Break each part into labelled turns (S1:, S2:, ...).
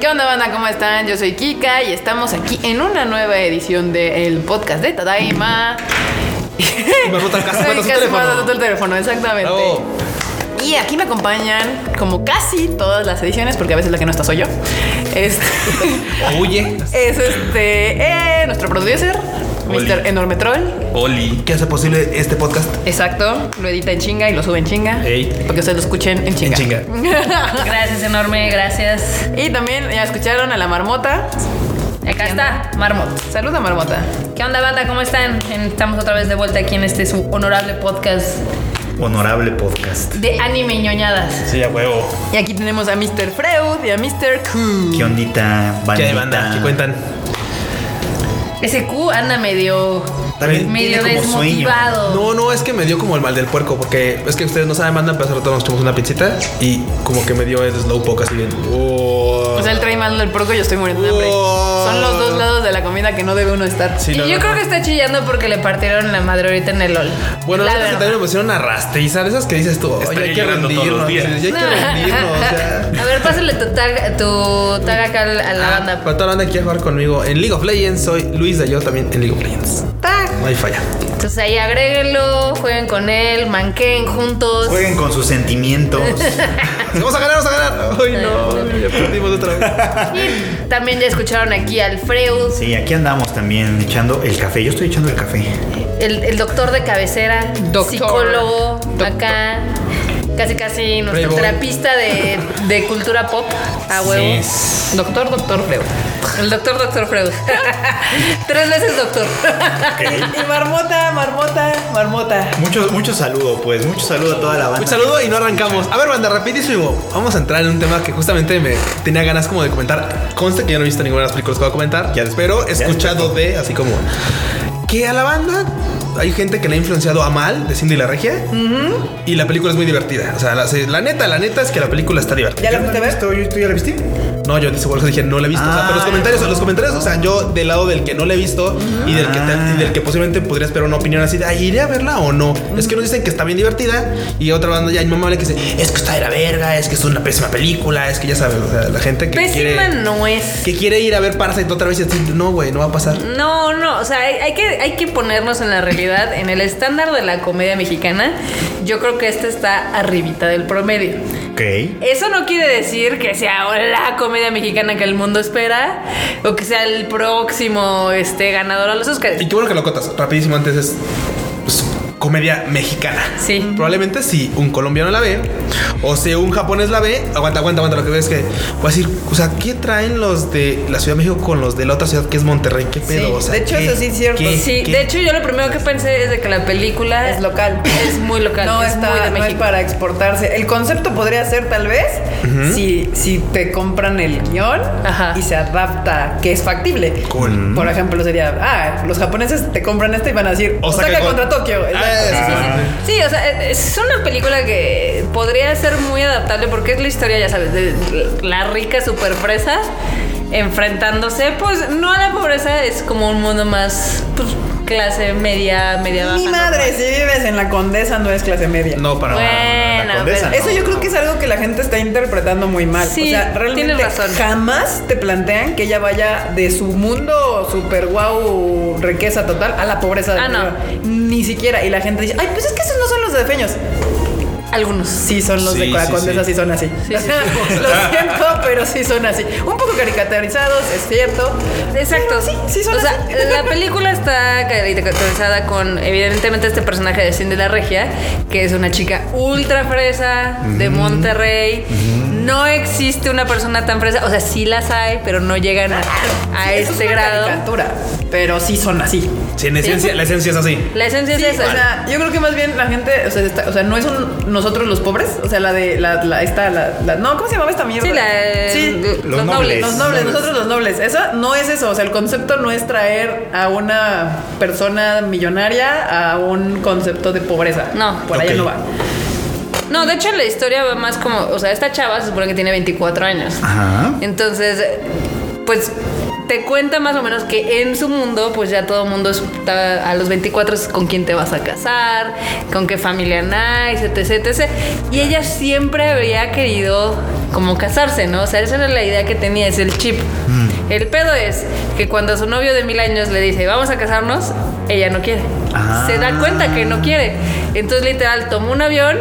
S1: ¿Qué onda, banda? ¿Cómo están? Yo soy Kika y estamos aquí en una nueva edición del podcast de Tadaima.
S2: Me rotan casi
S1: Soy
S2: cuando su
S1: casi
S2: teléfono.
S1: más alto el teléfono, exactamente.
S2: Bravo.
S1: Y aquí me acompañan, como casi todas las ediciones, porque a veces la que no está soy yo. Es,
S2: Oye,
S1: es este, eh, nuestro producer,
S2: Oli.
S1: Mr. Enorme Troll.
S2: Oli, ¿qué hace posible este podcast?
S1: Exacto, lo edita en chinga y lo sube en chinga.
S2: Ey.
S1: Porque ustedes lo escuchen en chinga.
S2: chinga.
S3: Gracias enorme, gracias.
S1: Y también ya escucharon a la marmota.
S3: Acá está, Marmot.
S1: Saluda, marmota.
S3: ¿Qué onda, banda? ¿Cómo están? En- Estamos otra vez de vuelta aquí en este su honorable podcast
S2: Honorable podcast.
S3: de anime y ñoñadas.
S2: Sí, a huevo.
S1: Y aquí tenemos a Mr. Freud y a Mr. Q.
S4: ¿Qué ondita?
S2: ¿Qué hay,
S4: Bandita?
S2: banda? ¿Qué cuentan?
S3: Ese Q anda medio.
S4: También
S3: medio
S4: tiene como sueño.
S3: desmotivado.
S2: No, no, es que me dio como el mal del puerco, porque es que ustedes no saben, banda, pero hace rato nos echamos una pizzita y como que me dio el slowpoke así bien. Oh.
S1: O sea, el Pues trae mal del porco y yo estoy muriendo de hambre.
S2: Wow.
S1: Son los dos lados de la comida que no debe uno estar.
S2: Sí,
S3: Y
S2: no,
S3: yo
S2: no,
S3: creo
S2: no.
S3: que está chillando porque le partieron la madre ahorita en el LOL.
S2: Bueno, la neta es
S3: la
S2: que
S3: verdad.
S2: también me pusieron una rastriza de esas que dices tú, oye,
S5: Estaría
S2: hay que
S5: llorando todos
S2: rendirnos,
S5: los días.
S2: ya hay que rendirnos, o sea.
S3: A ver, pásale tu tag, tu tag acá a la
S2: Ah,
S3: banda.
S2: Para toda la banda que quiera jugar conmigo en League of Legends, soy Luis Dayo también en League of Legends.
S3: Tag.
S2: No hay falla.
S3: Entonces ahí agréguenlo, jueguen con él, manquen juntos.
S4: Jueguen con sus sentimientos.
S2: Vamos a ganar, vamos a ganar. Ay, no, ya perdimos otra vez.
S3: Y también ya escucharon aquí al Freud.
S4: Sí, aquí andamos también echando el café. Yo estoy echando el café.
S3: El, el doctor de cabecera,
S1: Doctor.
S3: psicólogo, acá, casi casi nuestro
S2: Playboy.
S3: terapista de, de cultura pop, a huevo.
S1: Doctor, doctor Freud.
S3: El doctor, doctor Freud. Tres veces doctor.
S1: Y marmota, marmota, marmota.
S4: Mucho, mucho saludo, pues. Mucho saludo a toda la banda.
S2: Un saludo y no arrancamos. A ver, banda, rapidísimo. Vamos a entrar en un tema que justamente me tenía ganas como de comentar. Conste que yo no he visto ninguna de las películas que voy a comentar,
S4: Ya después-
S2: pero he
S4: ya
S2: escuchado de, así como, que a la banda hay gente que la ha influenciado a mal de Cindy la Regia y la película es muy divertida. O sea, la, sí, la neta, la neta es que la película está divertida.
S4: ¿Ya la fuiste a ver? ¿Tú ya la viste?
S2: No, yo seguro que dije, no la he visto. o sea, pero los
S4: Ah,
S2: comentarios,
S4: no.
S2: los comentarios, o sea, yo del lado del que no la he visto y del que, tal- y del que posiblemente podría esperar una opinión así de, "Ay, ¿iré a verla o no? Es que nos dicen que está bien divertida y otra banda ya inmamable que dice, es que está de la verga, es que es una pésima película, es que ya sabes, o sea, la gente que
S3: Pésima
S2: quiere...
S3: no es.
S2: Que quiere ir a ver Parasite otra vez y así, no, güey, no va a pasar.
S3: No, no, o sea, hay, hay que, hay que ponernos en la realidad, en el estándar de la comedia mexicana. Yo creo que
S1: este
S3: esta está arribita del promedio.
S4: Ok.
S3: Eso no quiere decir que sea la comedia mexicana que el mundo espera o que sea el próximo este, ganador a los Oscars.
S2: Y qué bueno que lo cotas. Rapidísimo, antes es pues, comedia mexicana.
S3: Sí.
S2: Probablemente si un colombiano la ve o si un japonés la ve, aguanta, aguanta, aguanta. Lo que ves es que voy a decir, o sea, ¿qué traen los de la Ciudad de México con los de la otra ciudad que es Monterrey? ¿Qué pedo?
S1: Sí,
S2: O sea,
S1: de hecho,
S2: ¿qué-
S1: eso sí es cierto.
S2: qué-
S3: Sí,
S2: qué-
S3: de hecho yo lo primero que pensé es de que la película
S1: Es local.
S3: Es muy local.
S1: No,
S3: es
S1: está,
S3: muy de
S1: no es
S3: México.
S1: para exportarse. El concepto podría ser tal vez si, si te compran el guión
S3: Ajá.
S1: y se adapta, que es factible.
S2: Cool.
S1: Por ejemplo, sería, ah, los japoneses te compran esto y van a decir, Osaka,
S2: Osaka con-
S1: contra Tokio.
S2: Ah,
S1: Exacto.
S2: sí, sí, sí, sí.
S3: Sí, o sea, eh, es una película que podría ser muy adaptable porque es la historia, ya sabes, de la rica superpresa enfrentándose, pues no a la pobreza, es como un mundo más pues, clase media, media baja.
S1: Mi madre, si vives en la condesa no es clase media.
S2: No, para
S3: Bueno,
S4: Ah, la condesa,
S3: pero-
S4: ¿no?
S1: Eso yo creo que es algo que la gente está interpretando muy mal.
S3: Sí,
S1: o sea, realmente
S3: tienes razón.
S1: jamás te plantean que ella vaya de su mundo super guau, riqueza total, a la pobreza de
S3: Ah, no.
S1: Ni siquiera. Y la gente dice, ay, pues es que esos no son los de Feños.
S3: Algunos.
S1: Sí, son los
S2: Sí,
S1: de la
S2: sí,
S1: condesa, sí.
S2: sí.
S1: son así.
S3: Sí, sí,
S1: Lo siento, pero sí son así. Un poco caricaturizados, es cierto.
S3: Exacto.
S1: Pero Sí, sí son
S3: o sea,
S1: así.
S3: la película está caracterizada con, evidentemente, este personaje de Cindy la Regia, que es una chica ultra fresa de Monterrey. No existe una persona tan fresa. O sea, sí las hay, pero no llegan a, a
S1: Sí, eso
S3: este
S1: es una
S3: grado.
S1: caricatura, pero sí son así.
S2: Sí, en esencia, la esencia es así.
S3: La esencia
S1: Sí,
S3: es esa.
S1: o sea, yo creo que más bien la gente, o sea, está- o sea, no es un nosotros los pobres, o sea, la de la, la esta, la, la- no, ¿cómo se llamaba esta mierda?
S3: Sí, la-
S1: Sí,
S3: los,
S4: los
S3: nobles.
S4: nobles.
S1: los nobles, nosotros los nobles. Eso no es eso, o sea, el concepto no es traer a una persona millonaria a un concepto de pobreza.
S3: No.
S1: por allá
S4: Ok.
S1: no va.
S3: No, de hecho la historia va más como, o sea, esta chava se supone que tiene 24 años.
S4: Ajá.
S3: Entonces, pues te cuenta más o menos que en su mundo, pues ya todo el mundo está a los 24 es con quién te vas a casar, con qué familia nice, etc, etc. Y ella siempre habría querido como casarse, ¿no? O sea, esa era la idea que tenía, es el chip. El pedo es que cuando su novio de mil años le dice, vamos a casarnos, ella no quiere.
S4: Ah.
S3: Se da cuenta que no quiere. Entonces, literal, tomó un avión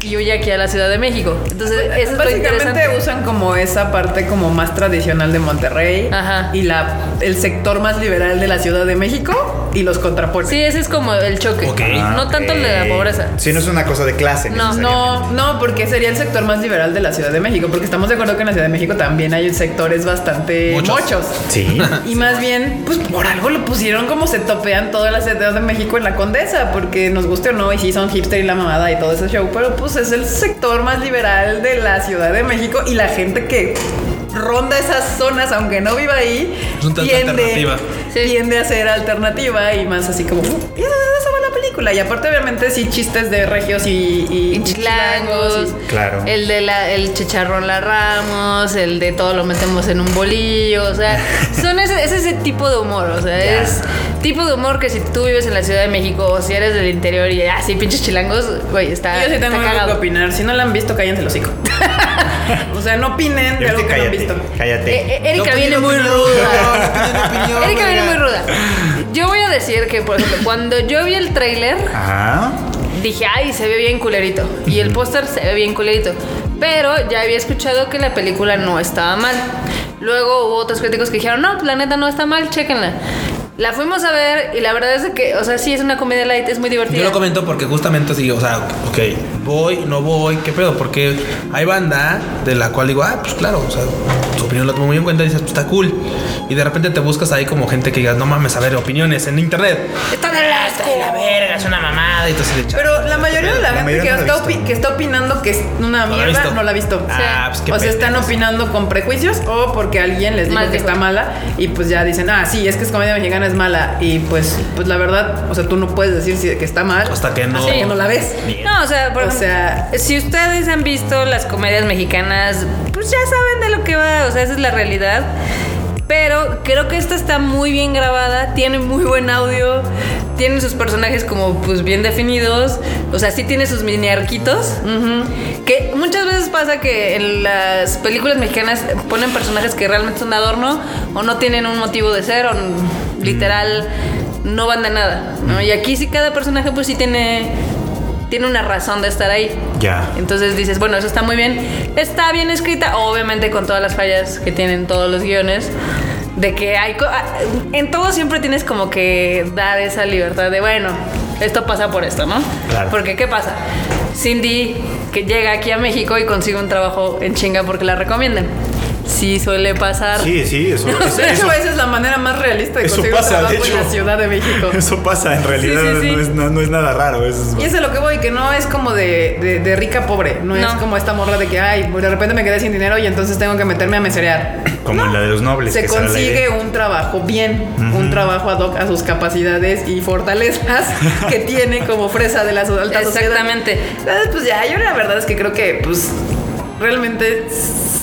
S3: y huye aquí a la Ciudad de México. Entonces, eso es lo interesante.
S1: Básicamente usan como esa parte como más tradicional de Monterrey
S3: Ajá.
S1: y la, el sector más liberal de la Ciudad de México y los contraponen.
S3: Sí, ese es como el choque.
S2: Ok.
S3: No tanto el de la pobreza.
S4: Sí, no es una cosa de clase.
S3: No,
S4: necesariamente.
S1: No, no, porque sería el sector más liberal de la Ciudad de México, porque estamos de acuerdo que en la Ciudad de México también hay sectores bastante
S2: Muchos.
S1: mochos.
S4: Sí.
S1: Y más bien, pues por algo lo pusieron como se topean todas las ciudades de México en la Condesa, porque nos guste o no, y sí son hipster y la mamada y todo ese show, pero pues es el sector más liberal de la Ciudad de México y la gente que ronda esas zonas, aunque no viva ahí,
S2: Es un tanto alternativa.
S3: Sí.
S1: tiende a ser alternativa y más así como, "Uh, y eso, eso va la película. Y aparte, obviamente, sí chistes de regios y, y-
S3: Y
S1: y chilangos
S3: chilangos,
S1: y-
S4: Claro.
S3: el de la, el chicharrón la Ramos, el de todo lo metemos en un bolillo, o sea, son ese, es ese tipo de humor, o sea, es tipo de humor que si tú vives en la Ciudad de México o si eres del interior y así pinches chilangos, güey, está,
S1: Yo sí tengo
S3: está
S1: algo que
S3: cagado.
S1: opinar. Si no la han visto, cállense el hocico. o sea, no opinen de
S4: Pero
S1: algo
S4: sí,
S1: que no han
S4: cállate.
S1: visto.
S4: Cállate.
S3: Eh, eh, Erika
S2: No,
S3: viene
S2: no
S3: muy
S2: tiene
S3: ruda.
S2: opinión, no tiene opinión,
S3: Erika viene muy
S2: verga.
S3: ruda. Yo voy a decir que, por ejemplo, cuando yo vi el tráiler,
S4: Ajá.
S3: dije, ay, se ve bien culerito. Y el póster se ve bien culerito. Pero ya había escuchado que la película no estaba mal. Luego hubo otros críticos que dijeron, no, pues la neta no está mal, chéquenla. La fuimos a ver y la verdad es de que, o sea, sí es una comedia light, es muy divertida.
S2: Yo lo comento porque justamente así, o sea, ok, voy, no voy, qué pedo, porque hay banda de la cual digo, ah, pues claro, o sea, tu opinión la tomo muy en cuenta y dices, pues está cool. Y de repente te buscas ahí como gente que digas, no mames, a ver, opiniones en internet.
S3: Está de la- está de la verga.
S2: Es una mamada y todo así de,
S1: Pero la mayoría de la,
S4: La
S1: gente
S4: mayoría
S1: que,
S4: no la
S1: está
S4: ha visto,
S1: opi-
S4: ¿no?
S1: que está opinando que es una
S2: No la ha
S1: mierda
S2: visto.
S1: no la ha visto.
S2: Ah, pues qué
S1: o sea, están
S2: pendejos.
S1: opinando con prejuicios o porque alguien les dijo
S3: Mal
S1: que
S3: dijo.
S1: está mala y pues ya dicen, ah, sí, es que es comedia mexicana, es mala. Y pues, pues la verdad, o sea, tú no puedes decir si que está mal
S2: Hasta que no.
S1: hasta que no la ves.
S3: No, o sea, por
S1: O
S3: ejemplo,
S1: sea-
S3: si ustedes han visto las comedias mexicanas, pues ya saben de lo que va, o sea, esa es la realidad. Pero creo que esta está muy bien grabada, tiene muy buen audio, tiene sus personajes como pues bien definidos, o sea, sí tiene sus mini arquitos, que muchas veces pasa que en las películas mexicanas ponen personajes que realmente son de adorno o no tienen un motivo de ser o n- literal no van de nada, ¿no? Y aquí sí cada personaje pues sí tiene tiene una razón de estar ahí.
S4: Ya.
S3: Entonces dices, bueno, eso está muy bien. Está bien escrita, obviamente con todas las fallas que tienen todos los guiones. De que hay... co- ah, En todo siempre tienes como que dar esa libertad de, bueno, esto pasa por esto, ¿no?
S4: Claro.
S3: Porque, ¿qué pasa? Cindy que llega aquí a México y consigue un trabajo en chinga porque la recomiendan. Sí suele pasar.
S4: Sí, sí, eso. eso-
S1: De hecho,
S4: eso-
S1: esa es la manera más realista de
S4: Eso
S1: conseguir
S4: pasa,
S1: un
S4: de
S1: trabajo en
S4: hecho.
S1: la Ciudad de México.
S4: Eso pasa, en realidad
S3: sí, sí.
S4: No, es, no- no es nada raro. eso es-
S1: Y es a lo que voy, que no es como de, de- de rica a pobre, no, es
S3: No.
S1: como esta morra de que, ay, de repente me quedé sin dinero y entonces tengo que meterme a meserear.
S4: como en la de los nobles.
S1: Se
S4: que esa era la
S1: consigue
S4: idea.
S1: un trabajo bien, un trabajo ad hoc a sus capacidades y fortalezas que tiene como fresa de la so- alta sociedad.
S3: Exactamente.
S1: Entonces, pues ya, yo la verdad es que creo que, pues, realmente,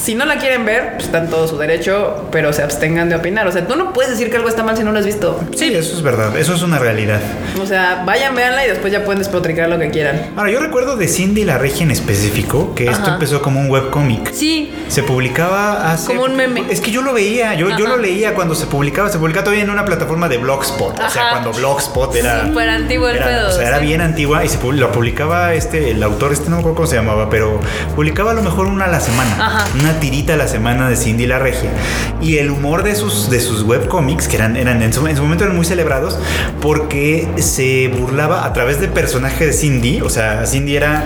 S1: si no la quieren ver, pues están todo su derecho, pero se abstengan de opinar. O sea, tú no puedes decir que algo está mal si no lo has visto.
S4: Sí, eso es verdad. Eso es una realidad.
S1: O sea, vayan, véanla y después ya pueden despotricar lo que quieran.
S4: Ahora, yo recuerdo de Cindy la Regia en específico que esto
S3: Ajá.
S4: empezó como un webcómic.
S3: Sí,
S4: Se publicaba hace.
S3: Como un meme.
S4: Es que yo lo veía, yo, yo
S3: Ajá.
S4: lo leía cuando se publicaba. Se publicaba todavía en una plataforma de Blogspot. O sea,
S3: Ajá.
S4: cuando Blogspot era.
S3: súper antiguo el
S4: era,
S3: pedo.
S4: o sea, era
S3: sí.
S4: bien antigua y se pub- lo publicaba este, el autor, este no me acuerdo cómo se llamaba, pero publicaba a lo mejor una a la semana,
S3: Ajá.
S4: una tirita a la semana de Cindy la Regia. Y el humor de sus, de sus webcomics, que eran, eran en, su, en su momento eran muy celebrados, porque se burlaba a través de personaje de Cindy, o sea, Cindy era,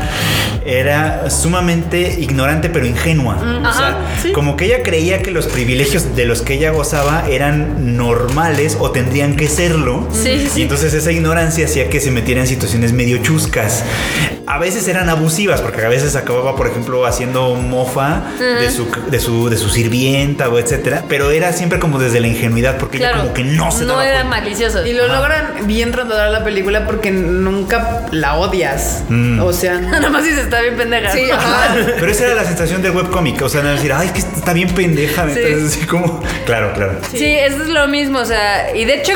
S4: era sumamente ignorante pero ingenua. O sea,
S3: Ajá,
S4: como que ella creía que los privilegios de los que ella gozaba eran normales o tendrían que serlo.
S3: Sí, sí,
S4: Y
S3: sí.
S4: entonces esa ignorancia hacía que se metiera en situaciones medio chuscas. a veces eran abusivas, porque a veces acababa, por ejemplo, haciendo mofa de, su, de, su, de su sirvienta o etcétera, pero era siempre como desde la ingenuidad, porque ella
S3: Claro.
S4: como que no se
S3: No
S4: daba
S3: era
S4: cuenta.
S3: malicioso.
S1: Y lo logran bien trasladar a la película porque nunca la odias.
S4: Mm.
S1: O sea,
S3: Nada más si se está bien pendeja.
S1: sí, ajá.
S4: Pero esa era la sensación del webcomic, o sea, no decir, ay, es que está bien pendeja, entonces así como, claro, claro.
S3: Sí, eso es lo mismo, o sea, y de hecho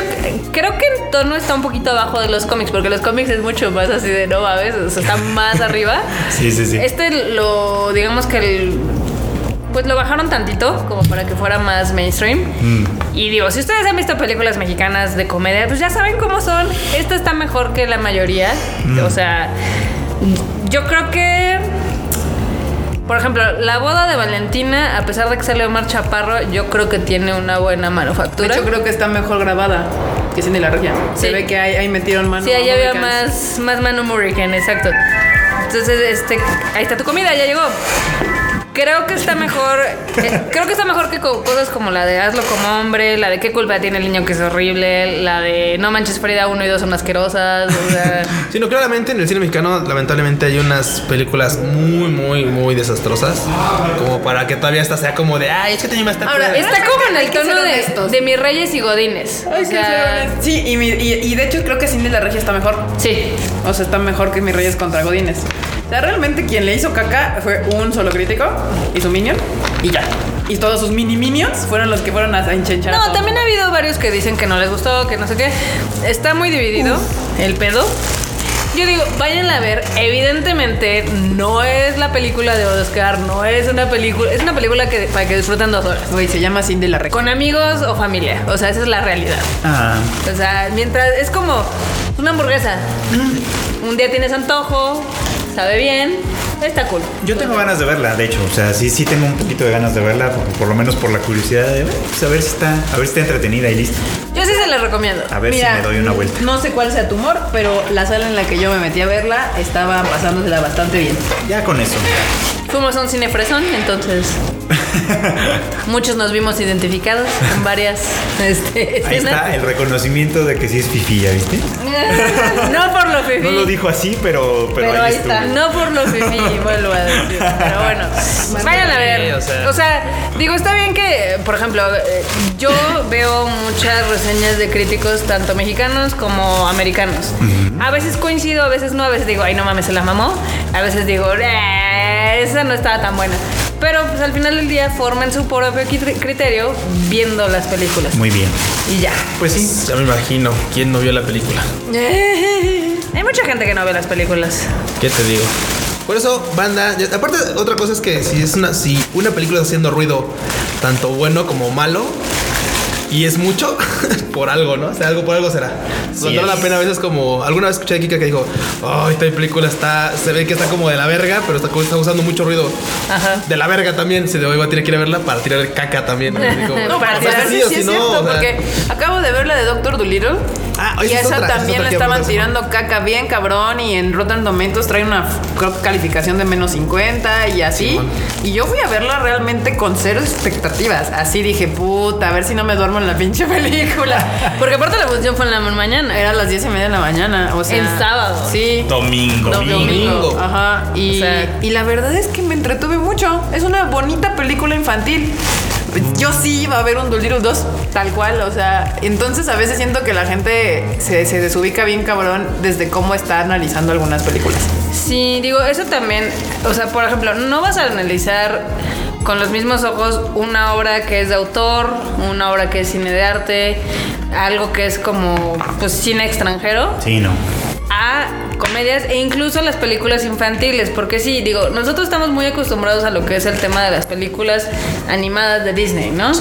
S3: creo que el tono está un poquito abajo de los cómics, porque los cómics es mucho más así de no mames, o sea, está más arriba.
S4: Sí, sí, sí.
S3: Este lo, digamos que el, pues lo bajaron tantito, como para que fuera más mainstream.
S4: Mm.
S3: Y digo, si ustedes han visto películas mexicanas de comedia, pues ya saben cómo son. Esta está mejor que la mayoría,
S4: Mm.
S3: o sea, yo creo que... Por ejemplo, la boda de Valentina, a pesar de que sale Omar Chaparro, yo creo que tiene una buena
S1: de
S3: manufactura.
S1: hecho creo que está mejor grabada que Cindy la Regia. Se
S3: Sí.
S1: ve que ahí, ahí metieron mano.
S3: sí, ahí había
S1: Americans.
S3: más, más Manu Murrican, exacto. Entonces, este, ahí está tu comida, ya llegó. Creo que está mejor, eh, creo que está mejor que co- cosas como la de Hazlo como hombre, la de qué culpa tiene el niño que es horrible, la de No manches Frida 1 y 2 son asquerosas, o sea,
S2: Sino claramente en el cine mexicano, lamentablemente, hay unas películas muy, muy, muy desastrosas. Como para que todavía esta sea como de, ay, es que tenía más
S1: Ahora,
S2: tarde.
S3: está como en el
S1: Hay que ser
S3: tono de,
S1: honestos.
S3: de Mis Reyes y Godines.
S1: Ay,
S3: o
S1: qué
S3: sea,
S1: chévere. Sí, y, mi- y- y de hecho creo que Cindy la Regia está mejor.
S3: sí.
S1: O sea, está mejor que Mis Reyes contra Godines. O sea, realmente quien le hizo caca fue un solo crítico y su minion y ya. Y todos sus mini minions fueron los que fueron a a enchenchar. a
S3: No,
S1: todo.
S3: también ha habido varios que dicen que no les gustó, que no sé qué. Está muy dividido el pedo. Yo digo, váyanla a ver. Evidentemente no es la película de Oscar, no es una película, es una película que para que disfruten dos horas.
S1: Güey, se llama Cindy la Regia.
S3: Con amigos o familia. O sea, esa es la realidad.
S4: Ah,
S3: O sea, mientras es como una hamburguesa. Un día tienes antojo, sabe bien, está cool.
S4: yo tengo ganas de verla, de hecho, o sea, sí, sí tengo un poquito de ganas de verla, por, por lo menos por la curiosidad de pues, a ver si está, a ver si está entretenida y listo,
S3: Yo sí se la recomiendo.
S4: a ver si me doy una vuelta.
S1: No sé cuál sea tu humor, pero la sala en la que yo me metí a verla estaba pasándosela bastante bien.
S4: Ya con eso.
S3: Fuimos a un cine fresón, entonces muchos nos vimos identificados en varias este,
S4: Ahí
S3: escenas.
S4: está el reconocimiento de que sí es fifi, ¿ya viste?
S3: No por lo fifi.
S4: No lo dijo así, pero, pero,
S3: pero ahí
S4: estuvo.
S3: está. No por lo fifi, vuelvo a decir. Pero bueno, vayan a ver. O sea, digo, está bien que, por ejemplo, eh, yo veo muchas reseñas de críticos, tanto mexicanos como americanos. A veces coincido, a veces no, a veces digo, ay, no mames, se la mamó. A veces digo, "Eh, esa no estaba tan buena. Pero pues al final del día forman su propio cri- criterio viendo las películas.
S4: Muy bien.
S3: Y ya.
S2: Pues sí, ya me imagino. ¿Quién no vio la película?
S3: Hay mucha gente que no ve las películas.
S2: ¿Qué te digo? Por eso, banda, ya- aparte otra cosa es que si es una si una película está haciendo ruido tanto bueno como malo y es mucho por algo, ¿no? O sea, algo por algo será. Valdrá la
S4: es.
S2: pena a veces como alguna vez escuché a Kika que dijo, "Ay, esta película está se ve que está como de la verga, pero está, está usando mucho ruido."
S3: Ajá.
S2: De la verga también, se de hoy va a tirar que ir a verla para tirar caca también. ¿no? Así como,
S1: No, para
S2: o sea,
S1: tirar,
S2: sí
S1: sí,
S2: o
S1: sí
S2: sí
S1: es
S2: no,
S1: cierto,
S2: o sea.
S1: porque acabo de ver la de Doctor Dolittle.
S2: Ah, esa
S1: y
S2: es
S1: esa
S2: otra, esa es
S1: también
S2: otra
S1: le
S2: que
S1: estaban
S2: abordas, ¿no?
S1: tirando caca bien cabrón y en Rotten Tomatoes trae una creo que calificación de menos 50 y así. y yo fui a verla realmente con cero expectativas. Así dije, puta, a ver si no me duermo en la pinche película.
S3: Porque aparte la función fue en la mañana.
S1: Era las 10 y media de la mañana, o sea.
S3: El sábado.
S1: Sí.
S4: Domingo.
S1: Domingo.
S2: Domingo.
S1: Ajá. Y,
S3: O sea-
S1: y la verdad es que me entretuve mucho. Es una bonita película infantil. Yo sí iba a ver un Dolittle 2, tal cual, o sea, entonces a veces siento que la gente se, se desubica bien cabrón desde cómo está analizando algunas películas.
S3: Sí, digo, eso también, o sea, por ejemplo, no vas a analizar con los mismos ojos una obra que es de autor, una obra que es cine de arte, algo que es como pues cine extranjero,
S4: Sí, no.
S3: a comedias e incluso las películas infantiles, porque sí, digo, nosotros estamos muy acostumbrados a lo que es el tema de las películas animadas de Disney, ¿no?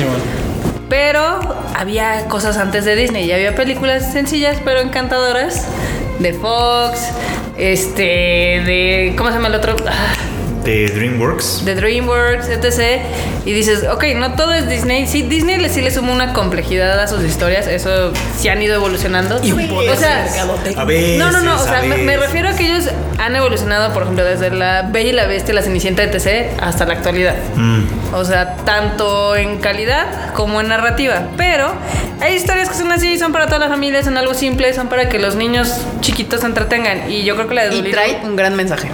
S3: Pero había cosas antes de Disney y había películas sencillas pero encantadoras de Fox, este, de. ¿Cómo se llama el otro? Ah,
S4: de DreamWorks.
S3: de DreamWorks, etc. Y dices, ok, no todo es Disney. Sí, Disney le, sí le suma una complejidad a sus historias. Eso sí han ido evolucionando.
S1: Y un poder
S3: o sea,
S1: de mercadotecnia.
S4: A veces,
S3: no, no, no. O sea,
S4: a
S3: me, me
S4: veces.
S3: refiero a que ellos han evolucionado, por ejemplo, desde la Bella y la Bestia, la Cenicienta, etc. hasta la actualidad.
S4: Mm.
S3: O sea, tanto en calidad como en narrativa. Pero hay historias que son así, son para toda la familia, son algo simple, son para que los niños chiquitos se entretengan. Y yo creo que la de
S1: Y
S3: Dolittle
S1: trae un gran mensaje.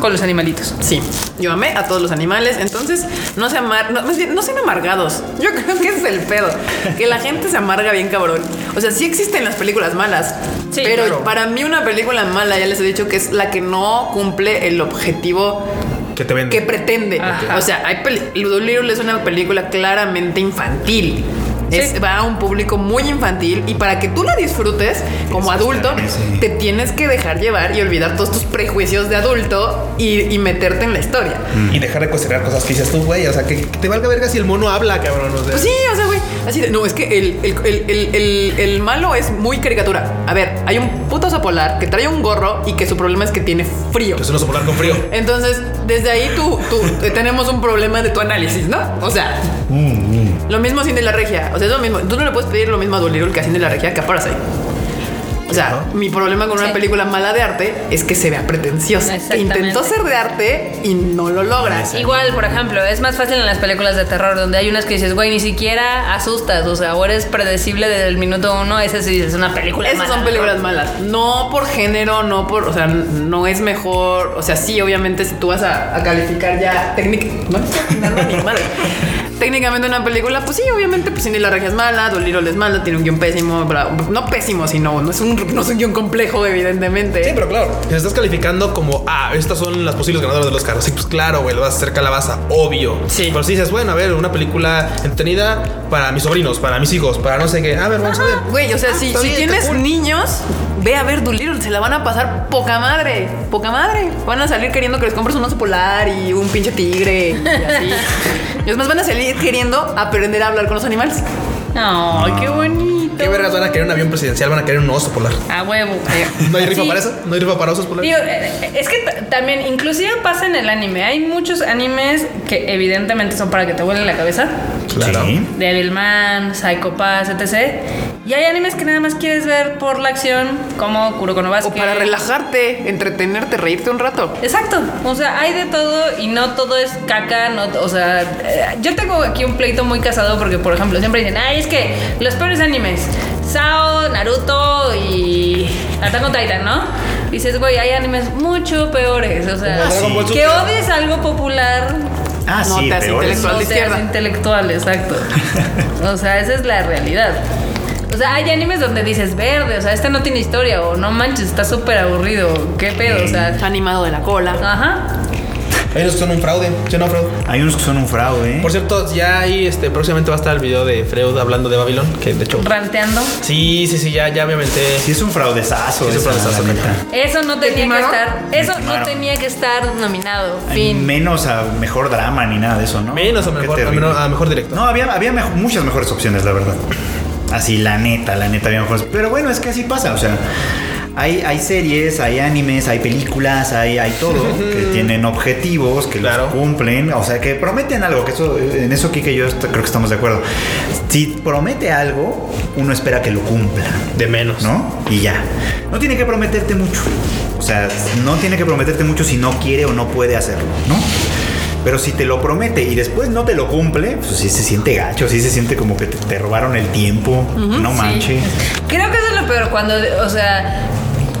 S3: con los animalitos.
S1: Sí, yo amé a todos los animales, entonces no se amar, no, más bien, no sean amargados. Yo creo que ese es el pedo, que la gente se amarga bien cabrón. O sea, sí existen las películas malas,
S3: Sí,
S1: pero
S3: claro.
S1: para mí una película mala, ya les he dicho que es la que no cumple el objetivo
S2: Que te venden.
S1: que pretende.
S3: Ajá.
S1: O sea, hay peli- Dolittle es una película claramente infantil.
S3: Sí.
S1: Es- va a un público muy infantil y para que tú la disfrutes como
S4: Tienes que
S1: adulto,
S4: estar en ese-
S1: te tienes que dejar llevar y olvidar todos tus prejuicios de adulto y, y meterte en la historia.
S4: Mm.
S2: Y dejar de cuestionar cosas que dices tú, güey. O sea, que que te valga verga si el mono habla, cabrón. O sea.
S1: Pues sí, o sea, güey, así de, no, es que el, el- el- el- el- el malo es muy caricatura. A ver, hay un puto oso polar que trae un gorro y que su problema es que tiene frío.
S2: Que es un oso polar con frío.
S1: Entonces, desde ahí tú, tú tenemos un problema de tu análisis, ¿no? O sea, lo mismo Cindy la Regia. O sea, es lo mismo. Tú no le puedes pedir lo mismo a Dolittle que a Cindy la Regia que a Parasite. O sea, mi problema con una
S3: Sí.
S1: película mala de arte es que se vea pretenciosa.
S3: Exactamente.
S1: Intentó ser de arte y no lo logra.
S3: Igual, por ejemplo, es más fácil en las películas de terror, donde hay unas que dices, güey, ni siquiera asustas, o sea, o eres predecible desde el minuto uno, esa sí es una película.
S1: Esas
S3: mala.
S1: son películas malas. No por género, no por. O sea, no es mejor. O sea, sí, obviamente, si tú vas a, a calificar ya técnica. No, no, no, ni madre. Técnicamente una película, pues sí, obviamente, pues Cindy la regia es mala, Dolittle es mala, tiene un guión pésimo, bla- no pésimo, sino no es un, no es un guión complejo, evidentemente.
S2: Sí, pero claro, te estás calificando como, ah, estas son las posibles ganadoras de los carros. Sí, pues claro, güey, le vas a hacer calabaza, obvio.
S1: Sí.
S2: Pero si dices, bueno, a ver, una película entretenida para mis sobrinos, para mis hijos, para no sé qué. A ver, vamos a ver.
S1: Güey, o sea, si,
S2: está
S1: si
S2: bien,
S1: tienes
S2: está cool.
S1: niños, ve a ver Dolittle, se la van a pasar poca madre, poca madre. Van a salir queriendo que les compres un oso polar y un pinche tigre y así. y es más, van a salir queriendo aprender a hablar con los animales.
S3: Ay, qué bonito.
S2: ¿Qué vergas van a querer un avión presidencial? Van a querer un oso polar.
S3: A huevo.
S2: ¿No hay rifa
S3: Sí.
S2: para eso? ¿No hay rifa para osos polares?
S3: Digo, eh, es que t- también, inclusive pasa en el anime. Hay muchos animes que evidentemente son para que te vuelen la cabeza.
S2: Claro.
S4: Sí.
S3: Devilman, Psycho Pass, etc. Y hay animes que nada más quieres ver por la acción, como Kuroko no
S1: O
S3: Basket.
S1: para relajarte, entretenerte, reírte un rato.
S3: Exacto, o sea, hay de todo y no todo es caca, no, o sea, eh, yo tengo aquí un pleito muy casado porque, por ejemplo, siempre dicen, ay, es que los peores animes, Sao, Naruto y Attack on Titan, ¿no? Dices, güey, hay animes mucho peores, o sea,
S2: Como Ah, Dragon Ball
S3: que
S2: Super.
S3: odies algo popular, pues,
S4: Ah,
S1: No
S4: sí,
S1: te hace
S4: peores.
S1: intelectual.
S3: no
S1: de
S3: seas
S1: izquierda.
S3: intelectual, exacto. o sea, esa es la realidad. O sea, hay animes donde dices verde, o sea, este no tiene historia, o no manches, está súper aburrido, qué pedo, o sea,
S1: Animado de la cola.
S3: ajá.
S2: Hay unos que son un fraude. ¿Sí o no, Freud?
S4: Hay unos que son un fraude. ¿eh?
S2: Por cierto, ya ahí este, próximamente va a estar el video de Freud hablando de Babilón, que de hecho.
S3: ranteando.
S2: Sí, sí, sí, ya, ya me aventé.
S4: Sí, es un fraudezazo.
S2: Sí, es un
S4: esa,
S2: fraudezazo,
S4: la
S2: neta.
S4: neta.
S3: Eso no
S1: ¿Te
S3: tenía que
S1: timaron?
S3: estar. Eso no
S4: timaron.
S3: tenía que estar nominado.
S4: Ay,
S3: Fin.
S4: Menos a mejor drama ni nada de eso, ¿no?
S2: Menos o
S4: Qué
S2: mejor, a
S4: terrible.
S2: menor- a mejor director.
S4: No, había, había mejo- muchas mejores opciones, la verdad. Así, la neta, la neta había mejores. Pero bueno, es que así pasa, o sea. Hay, hay series, hay animes, hay películas, hay, hay todo que tienen objetivos, que
S2: Claro.
S4: los cumplen, o sea, que prometen algo, que eso, en eso Kike y yo est- creo que estamos de acuerdo. Si promete algo, uno espera que lo cumpla,
S2: De menos.
S4: ¿no? Y ya. No tiene que prometerte mucho. O sea, no tiene que prometerte mucho si no quiere o no puede hacerlo, ¿no? Pero si te lo promete y después no te lo cumple, pues sí se siente gacho, sí se siente como que te, te robaron el tiempo, no manche.
S3: Creo que eso es lo peor cuando, o sea,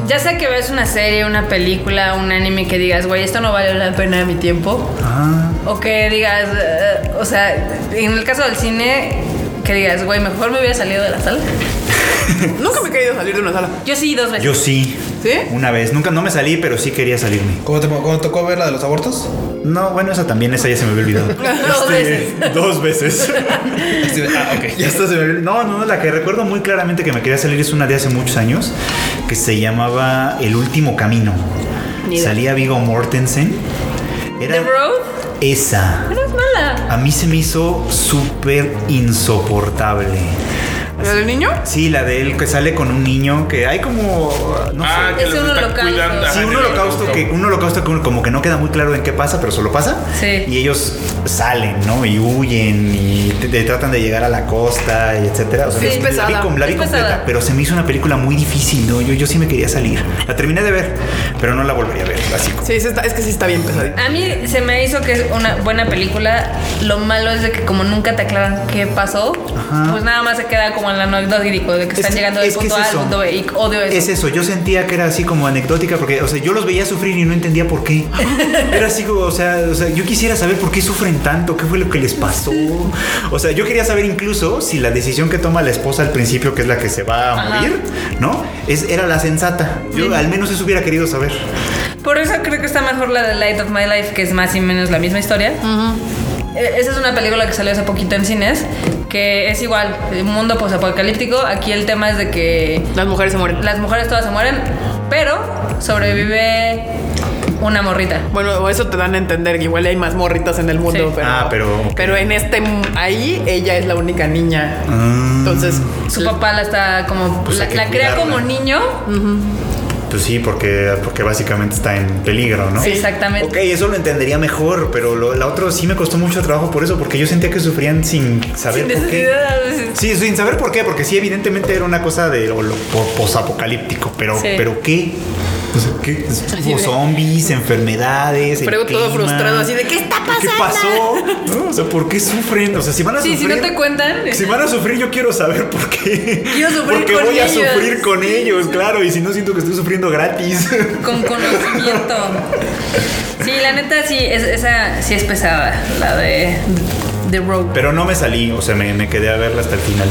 S3: ya sea que ves una serie, una película, un anime que digas, güey, esto no vale la pena mi tiempo.
S4: Ah,
S3: O que digas, eh, o sea, en el caso del cine, que digas, güey, mejor me hubiera salido de la sala.
S1: Nunca me he querido salir de una sala.
S3: Yo sí, dos veces.
S4: yo sí.
S1: ¿Sí?
S4: Una vez, nunca no me salí, pero sí quería salirme.
S2: ¿Cómo te, cómo tocó ver la de los abortos?
S4: No, bueno, esa también, esa ya se me había olvidado. Este,
S3: Dos veces.
S4: Dos veces.
S2: Sí, ah, ok.
S4: Y esta se me olvidó. No, no, no, la que recuerdo muy claramente que me quería salir es una de hace muchos años que se llamaba El último camino.
S1: Ni idea.
S4: Salía Vigo Mortensen. Era
S3: The Road,
S4: esa.
S3: no es mala.
S4: A mí se me hizo súper insoportable.
S1: ¿La del niño?
S4: Sí, la de él que sale con un niño que hay como. No
S2: Ah,
S4: sé.
S2: que
S3: Es
S2: los
S3: un
S2: están
S3: holocausto.
S2: cuidando.
S4: Sí,
S2: Ajá,
S4: un
S2: del
S4: holocausto que, un holocausto que como que no queda muy claro en qué pasa, pero solo pasa.
S3: Sí.
S4: Y ellos salen, ¿no? Y huyen y te- te tratan de llegar a la costa y etcétera. O sea,
S1: Sí,
S4: no-
S1: es
S4: la vi,
S1: pesada,
S4: com- la vi
S3: es
S4: completa,
S3: pesada.
S4: pero se me hizo una película muy difícil, ¿no? Yo, yo sí me quería salir. La terminé de ver, pero no la volvería a ver, así como.
S1: Sí, sí está- es que sí está bien pesadita.
S3: A mí se me hizo que es una buena película. Lo malo es de que como nunca te aclaran qué pasó,
S4: Ajá.
S3: pues nada más se queda como en la anecdótico de que están
S4: Es-
S3: llegando del
S4: es que
S3: punto
S4: es
S3: A al
S4: eso.
S3: punto B. Y odio eso.
S4: Es eso, yo sentía que era así como anecdótica porque, o sea, yo los veía sufrir y no entendía por qué. Era así como, o sea, o sea, yo quisiera saber por qué sufren tanto, qué fue lo que les pasó. O sea, yo quería saber incluso si la decisión que toma la esposa al principio, que es la que se va a
S3: Ajá.
S4: morir, ¿no? Es, era la sensata. Yo al menos eso hubiera querido saber.
S3: Por eso creo que está mejor la de Light of My Life, que es más y menos la misma historia. Eh, Esa es una película que salió hace poquito en cines, que es igual, eh, mundo posapocalíptico. Aquí el tema es de que
S1: Las mujeres se mueren.
S3: las mujeres todas se mueren, pero sobrevive una morrita.
S1: Bueno, eso te dan a entender que igual hay más morritas en el mundo,
S3: Sí.
S1: pero.
S4: Ah, pero- ok.
S1: Pero en este. Ahí ella es la única niña.
S4: Ah,
S1: Entonces.
S3: Su papá la está como.
S4: Pues
S3: la,
S4: hay que
S3: la crea
S4: cuidarla.
S3: como niño.
S4: Pues sí, porque, porque básicamente está en peligro, ¿no?
S3: Sí, exactamente.
S4: Ok, eso lo entendería mejor, pero lo, la otra sí me costó mucho trabajo por eso, porque yo sentía que sufrían sin saber
S3: Sin
S4: por qué.
S3: necesidad.
S4: Sí, sin saber por qué, porque sí, evidentemente era una cosa de lo, lo po- posapocalíptico, pero,
S3: Sí.
S4: pero ¿qué? O sea, ¿qué?
S1: Así
S4: Hubo
S1: de-
S4: zombies, enfermedades. el
S1: Pero todo
S4: clima.
S1: frustrado, así de ¿qué está pasando?
S4: ¿Qué pasó? ¿No? O sea, ¿por qué sufren? O sea, si van a
S3: Sí, si
S4: sufrir.
S3: no te cuentan. este,
S4: Si van a sufrir, yo quiero saber por qué.
S3: Quiero sufrir
S4: Porque
S3: con
S4: voy
S3: ellos.
S4: a sufrir con ellos, claro. Y si no siento que estoy sufriendo gratis.
S3: Con conocimiento. Sí, la neta sí, es- esa sí es pesada, la de The Road.
S4: Pero no me salí, o sea, me, me quedé a verla hasta el final.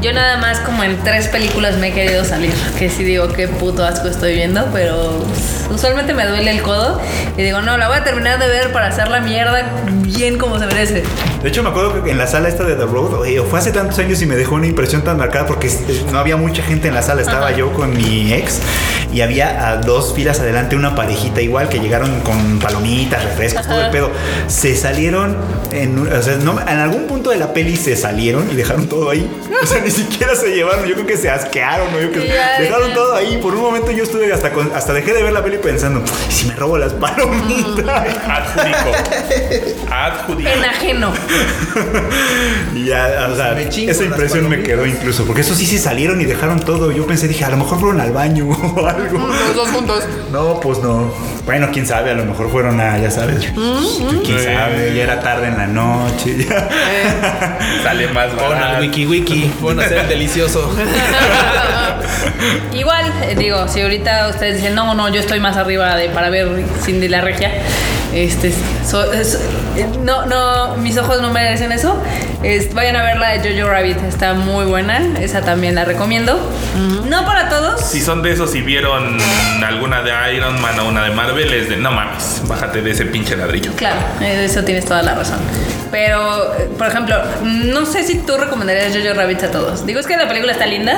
S3: Yo nada más como en tres películas me he querido salir, que sí digo qué puto asco estoy viendo, pero pues, usualmente me duele el codo y digo, no, la voy a terminar de ver para hacer la mierda bien como se merece.
S4: De hecho, me acuerdo que en la sala esta de The Road, oye, fue hace tantos años y me dejó una impresión tan marcada porque este, no había mucha gente en la sala. Estaba yo con mi ex y había a dos filas adelante una parejita igual que llegaron con palomitas, refrescos, todo el pedo. Se salieron, en, un- o sea, no- en algún punto de la peli se salieron y dejaron todo ahí. O sea, ni siquiera se llevaron. Yo creo que se asquearon. ¿no? Yo creo-
S3: Sí, ya,
S4: dejaron
S3: ya.
S4: todo ahí. Por un momento yo estuve hasta, con- hasta dejé de ver la peli pensando, "¿Y si me robo las palomitas.
S2: Adjudico. Adjudico.
S3: Enajeno.
S4: Y ya, o sea,
S2: Me chingo
S4: esa
S2: las
S4: impresión Pues me
S2: palomitas.
S4: quedó incluso, porque eso sí se salieron y dejaron todo. Yo pensé, dije, a lo mejor fueron al baño o algo.
S1: Los dos juntos.
S4: No, pues no. Mm, Bueno, quién sabe, a lo mejor fueron a, ya sabes, quién sabe, ya era tarde en la noche. ya.
S2: Sale más
S5: Pon al
S2: barato.
S5: wiki wiki.
S2: Pon a hacer el delicioso.
S3: Igual, eh, digo, si ahorita ustedes dicen, no, no, yo estoy más arriba de para ver Cindy la Regia, este, so- es- eh, no, no, mis ojos no merecen eso. Es- vayan a ver la de Jojo Rabbit, está muy buena, esa también la recomiendo. No para todos.
S5: Si son de esos y vieron alguna de Iron Man o una de Marvel, es de no mames, bájate de ese pinche ladrillo.
S3: Claro, eh, eso tienes toda la razón. Pero, eh, por ejemplo, no sé si tú recomendarías Jojo Rabbit a todos. Digo, es que la película está linda.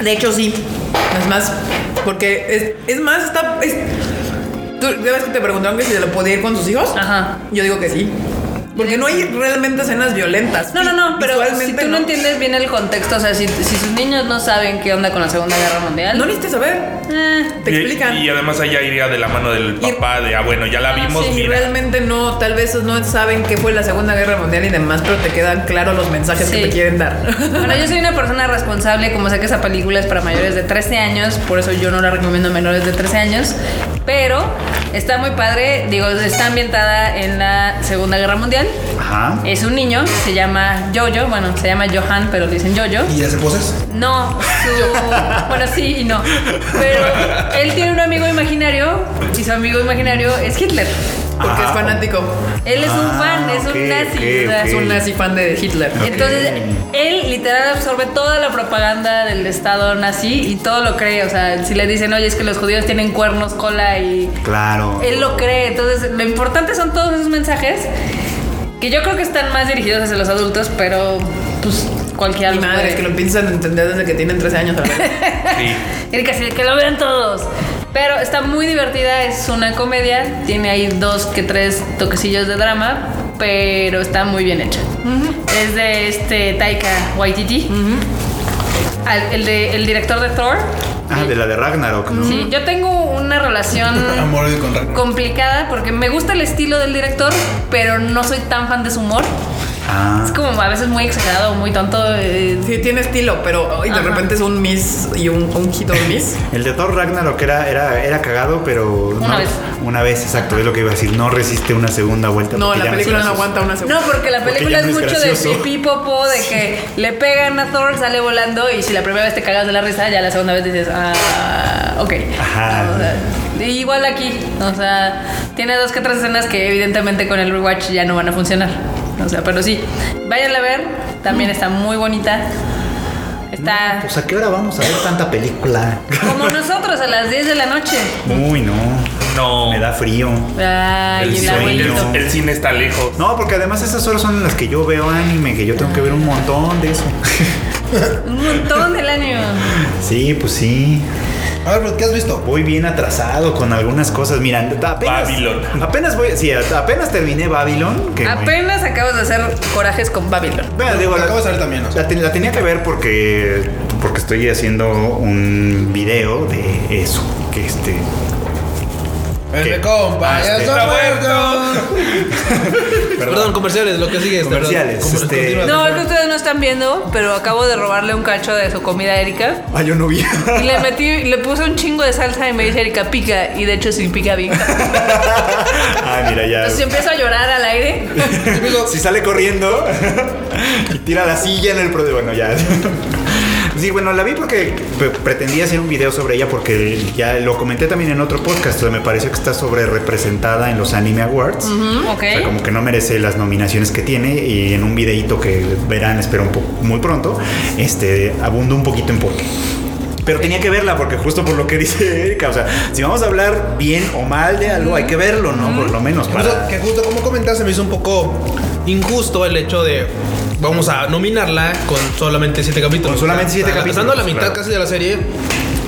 S1: De hecho, sí. Es más, porque es, es más, está. Es, ¿Tú ya ves que te preguntaron que si se lo podía ir con sus hijos?
S3: Ajá.
S1: Yo digo que sí. Porque no hay realmente escenas violentas.
S3: No, no, no, pero si
S1: Visualmente
S3: tú no, entiendes bien el contexto, o sea, si, si sus niños no saben qué onda con la Segunda Guerra Mundial.
S1: No necesitas saber.
S3: Eh,
S1: Te
S5: Y-
S1: explican.
S5: Y, además allá iría de la mano del papá de, ah, bueno, ya la
S3: Ah,
S5: vimos,
S3: sí,
S1: Y
S5: mira.
S1: realmente no, tal vez no saben qué fue la Segunda Guerra Mundial y demás, pero te quedan claros los mensajes
S3: Sí.
S1: que te quieren dar.
S3: Bueno, yo soy una persona responsable, como sé que esa película es para mayores de 13 años, por eso yo no la recomiendo a menores de 13 años, pero está muy padre, digo, está ambientada en la Segunda Guerra Mundial.
S4: Ajá.
S3: Es un niño, se llama Jojo, bueno, se llama Johan, pero le dicen Jojo.
S2: ¿Y hace poses?
S3: No, su... bueno, sí y no. Pero él tiene un amigo imaginario y su amigo imaginario es Hitler.
S1: Porque es
S4: Ah.
S1: fanático.
S3: Él es un
S4: Ah,
S3: fan, es
S4: ok,
S3: un nazi. o
S4: ok,
S3: sea, es
S1: Es
S4: ok.
S1: un nazi fan de Hitler.
S4: Ok.
S3: entonces, él literal absorbe toda la propaganda del Estado nazi y todo lo cree. O sea, si le dicen, oye, es que los judíos tienen cuernos, cola y...
S4: Claro.
S3: Él lo cree. Entonces, lo importante son todos esos mensajes que yo creo que están más dirigidos hacia los adultos, pero pues cualquiera
S1: Mi
S3: los
S1: madre,
S3: puede.
S1: es que lo empiezan a entender desde que tienen 13 años. la verdad.
S5: Sí.
S3: Erika, sí, que lo vean todos. Pero está muy divertida, es una comedia, tiene ahí dos que tres toquecillos de drama, pero está muy bien hecha. Es de este Taika Waititi. al- el, de- el director de Thor.
S4: Ah, de la de Ragnarok, ¿no?
S3: Sí, yo tengo una relación
S2: Amor con Ragnarok.
S3: complicada porque me gusta el estilo del director, pero no soy tan fan de su humor.
S4: Ah.
S3: Es como a veces muy exagerado, muy tonto. eh,
S1: Sí, tiene estilo, pero ay, de
S3: Ajá.
S1: repente es un miss y un, un hit or miss.
S4: El de Thor Ragnarok era, era, era cagado, pero.
S3: Una
S4: no-
S3: vez.
S4: Una vez, exacto, es lo que iba a decir. No resiste una segunda vuelta.
S1: No,
S4: porque
S1: la
S4: ya
S1: película
S4: se
S1: no
S4: hace.
S1: aguanta una segunda.
S3: No, porque la
S4: Porque
S3: película
S4: ya no
S3: es
S4: es
S3: mucho
S4: gracioso.
S3: de pipipopo, de que le pegan a Thor, sale volando y si la primera vez te cagas de la risa, ya la segunda vez dices, ah, ok.
S4: Ajá.
S3: O sea, igual aquí, o sea, tiene dos que tres escenas que evidentemente con el rewatch ya no van a funcionar. O sea, pero sí, váyanla a ver, también está muy bonita. Está
S4: Pues a qué hora vamos a ver tanta película.
S3: como nosotros a las 10 de la noche.
S4: Uy, no.
S5: No.
S4: Me da frío.
S3: Ay,
S5: El,
S3: el
S5: cine-
S3: abuelito.
S5: el- el cine está lejos.
S4: No, porque además esas horas son en las que yo veo anime, que yo tengo que ver un montón de eso.
S3: Un montón del año.
S4: Sí, pues sí.
S2: A ver, Ruth, ¿qué has visto?
S4: Voy bien atrasado con algunas cosas. Mira, apenas.
S5: Babylon.
S4: Apenas voy. Sí, apenas terminé Babylon. Que
S3: Apenas acabas de hacer corajes con Babylon.
S4: Bueno, digo,
S2: Lo
S4: la-
S2: acabo de saber también, o sea.
S4: La, te- la tenía que ver porque porque estoy haciendo un video de eso, que este
S2: El
S4: ¿Qué?
S2: de compa,
S4: Ah,
S2: ya
S4: este.
S2: está muerto.
S4: perdón,
S2: Perdón, comerciales, lo que sigue es.
S4: Comerciales,
S2: perdón.
S4: este-
S2: Continúa,
S3: No, es
S2: continúa.
S3: que ustedes no están viendo, pero acabo de robarle un cacho de su comida a Erika.
S4: Ah, yo no vi.
S3: Y le metí, le puse un chingo de salsa y me dice Erika pica. Y de hecho sí pica bien.
S4: ah, mira ya.
S3: Entonces yo empiezo a llorar al aire.
S4: si sale corriendo y tira la silla en el pro bueno ya sí bueno la vi porque pre- pretendía hacer un video sobre ella porque ya lo comenté también en otro podcast o sea, me pareció que está sobre representada en los anime awards
S3: Mm, ok.
S4: o sea, como que no merece las nominaciones que tiene y en un videito que verán espero un po- muy pronto este abundo un poquito en por qué pero tenía que verla porque justo por lo que dice Erika, o sea, si vamos a hablar bien o mal de algo, hay que verlo, ¿no? Por lo menos
S2: Justo-
S4: para...
S2: que justo como comentaste me hizo un poco injusto el hecho de vamos a nominarla con solamente siete capítulos.
S4: Con solamente
S2: O sea,
S4: siete
S2: está-
S4: capítulos,
S2: Estando a la mitad
S4: claro.
S2: casi de la serie,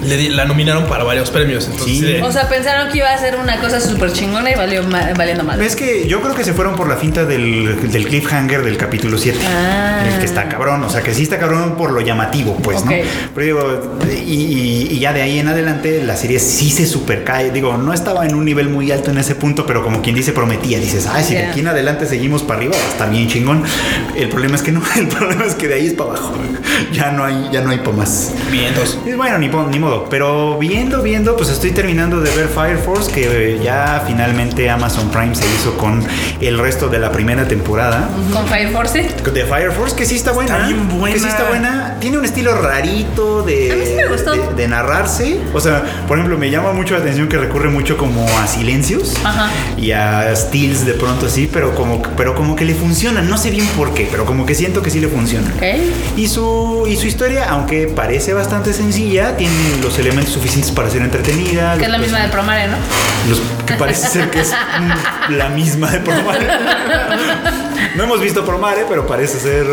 S2: le di- la nominaron para varios premios. Entonces,
S4: Sí.
S2: de-
S3: O sea, pensaron que iba a ser una cosa súper chingona y valió ma- valiendo mal.
S4: Es que yo creo que se fueron por la finta del, del cliffhanger del capítulo 7.
S3: Ah.
S4: El que está cabrón. O sea, que sí está cabrón por lo llamativo, pues,
S3: Ok.
S4: ¿no? Pero digo, y, y- y ya de ahí en adelante la serie sí se supercae. Digo, no estaba en un nivel muy alto en ese punto, pero como quien dice prometía, dices, ay, si de
S3: Ya.
S4: aquí en adelante seguimos para arriba, está bien chingón. El problema es que no, el problema es que de ahí es para abajo. Ya no hay, ya no hay para más.
S2: bien, entonces.
S4: Y Bueno, ni, po- ni modo, pero viendo, viendo, pues estoy terminando de ver Fire Force, que eh, ya finalmente Amazon Prime se hizo con el resto de la primera temporada.
S3: Con Fire Force. A
S4: De Fire Force, que sí está buena.
S5: Está bien buena.
S4: Que sí está buena. Tiene un estilo rarito de,
S3: A mí sí me gustó.
S4: de, de narrarse. O sea, por ejemplo, me llama mucho la atención que recurre mucho como a silencios
S3: Ajá.
S4: y a stills de pronto así, pero como, pero como que le funciona. No sé bien por qué, pero como que siento que sí le funciona.
S3: Ok.
S4: Y su, y su historia, aunque parece bastante sencilla, tiene los elementos suficientes para ser entretenida.
S3: Que es la
S4: los-
S3: misma de Promare, ¿no?
S4: los- que parece ser que es mm, la misma de Promare. No hemos visto Promare, pero parece ser.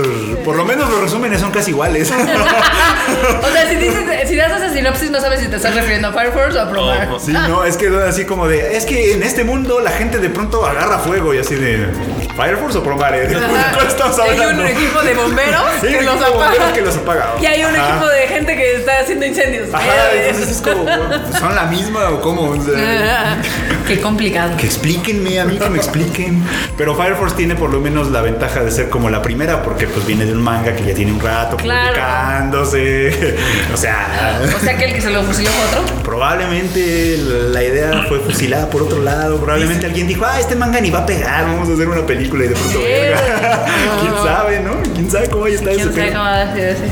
S4: Por lo menos los resúmenes son casi iguales.
S3: O sea, si, dices, si das esa sinopsis, no sabes si te estás refiriendo a Fire Force o a Promare.
S5: Oh,
S4: Sí, no, pues, es que así como de. Es que en este mundo la gente de pronto agarra fuego y así de. ¿Fire Force o Promare? ¿De cuál estamos
S3: Hay
S4: hablando?
S3: un equipo de bomberos
S4: Hay un
S3: que los
S4: equipo de bomberos
S3: apaga.
S4: que los apaga.
S3: Y hay un
S4: Ajá.
S3: equipo de gente que está haciendo incendios. Eh,
S4: Ajá, entonces es como, ¿son la misma o cómo? O sea,
S3: Qué complicado.
S4: que explíquenme, a mí que me expliquen. Pero Fire Force tiene por lo menos la ventaja de ser como la primera, porque pues viene de un manga que ya tiene un rato
S3: Claro.
S4: publicándose. O sea,
S3: O sea que el que se lo fusiló fue otro.
S4: probablemente la idea fue fusilada por otro lado. Probablemente alguien dijo, ah, este manga ni va a pegar, vamos a hacer una película y de pronto,
S3: Sí.
S4: verga. ¿Quién sabe, no? ¿Quién sabe cómo ahí está ese
S3: ¿Quién sabe
S4: pedo?
S3: cómo va a ser ese,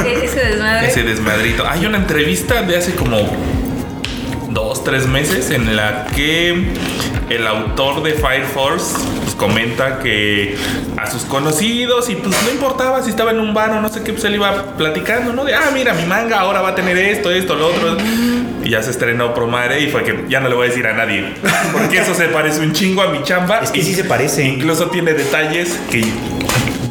S3: ese, ese desmadre?
S5: Ese desmadrito. Hay una entrevista de hace como dos, tres meses en la que el autor de Fire Force pues, comenta que a sus conocidos y pues no importaba si estaba en un bar o no sé qué, pues él iba platicando, ¿no? De, ah, mira, mi manga ahora va a tener esto, esto, lo otro. Y ya se estrenó Promare y fue que ya no le voy a decir a nadie, porque eso se parece un chingo a mi chamba.
S4: Es que
S5: y
S4: sí se parece.
S5: Incluso tiene detalles que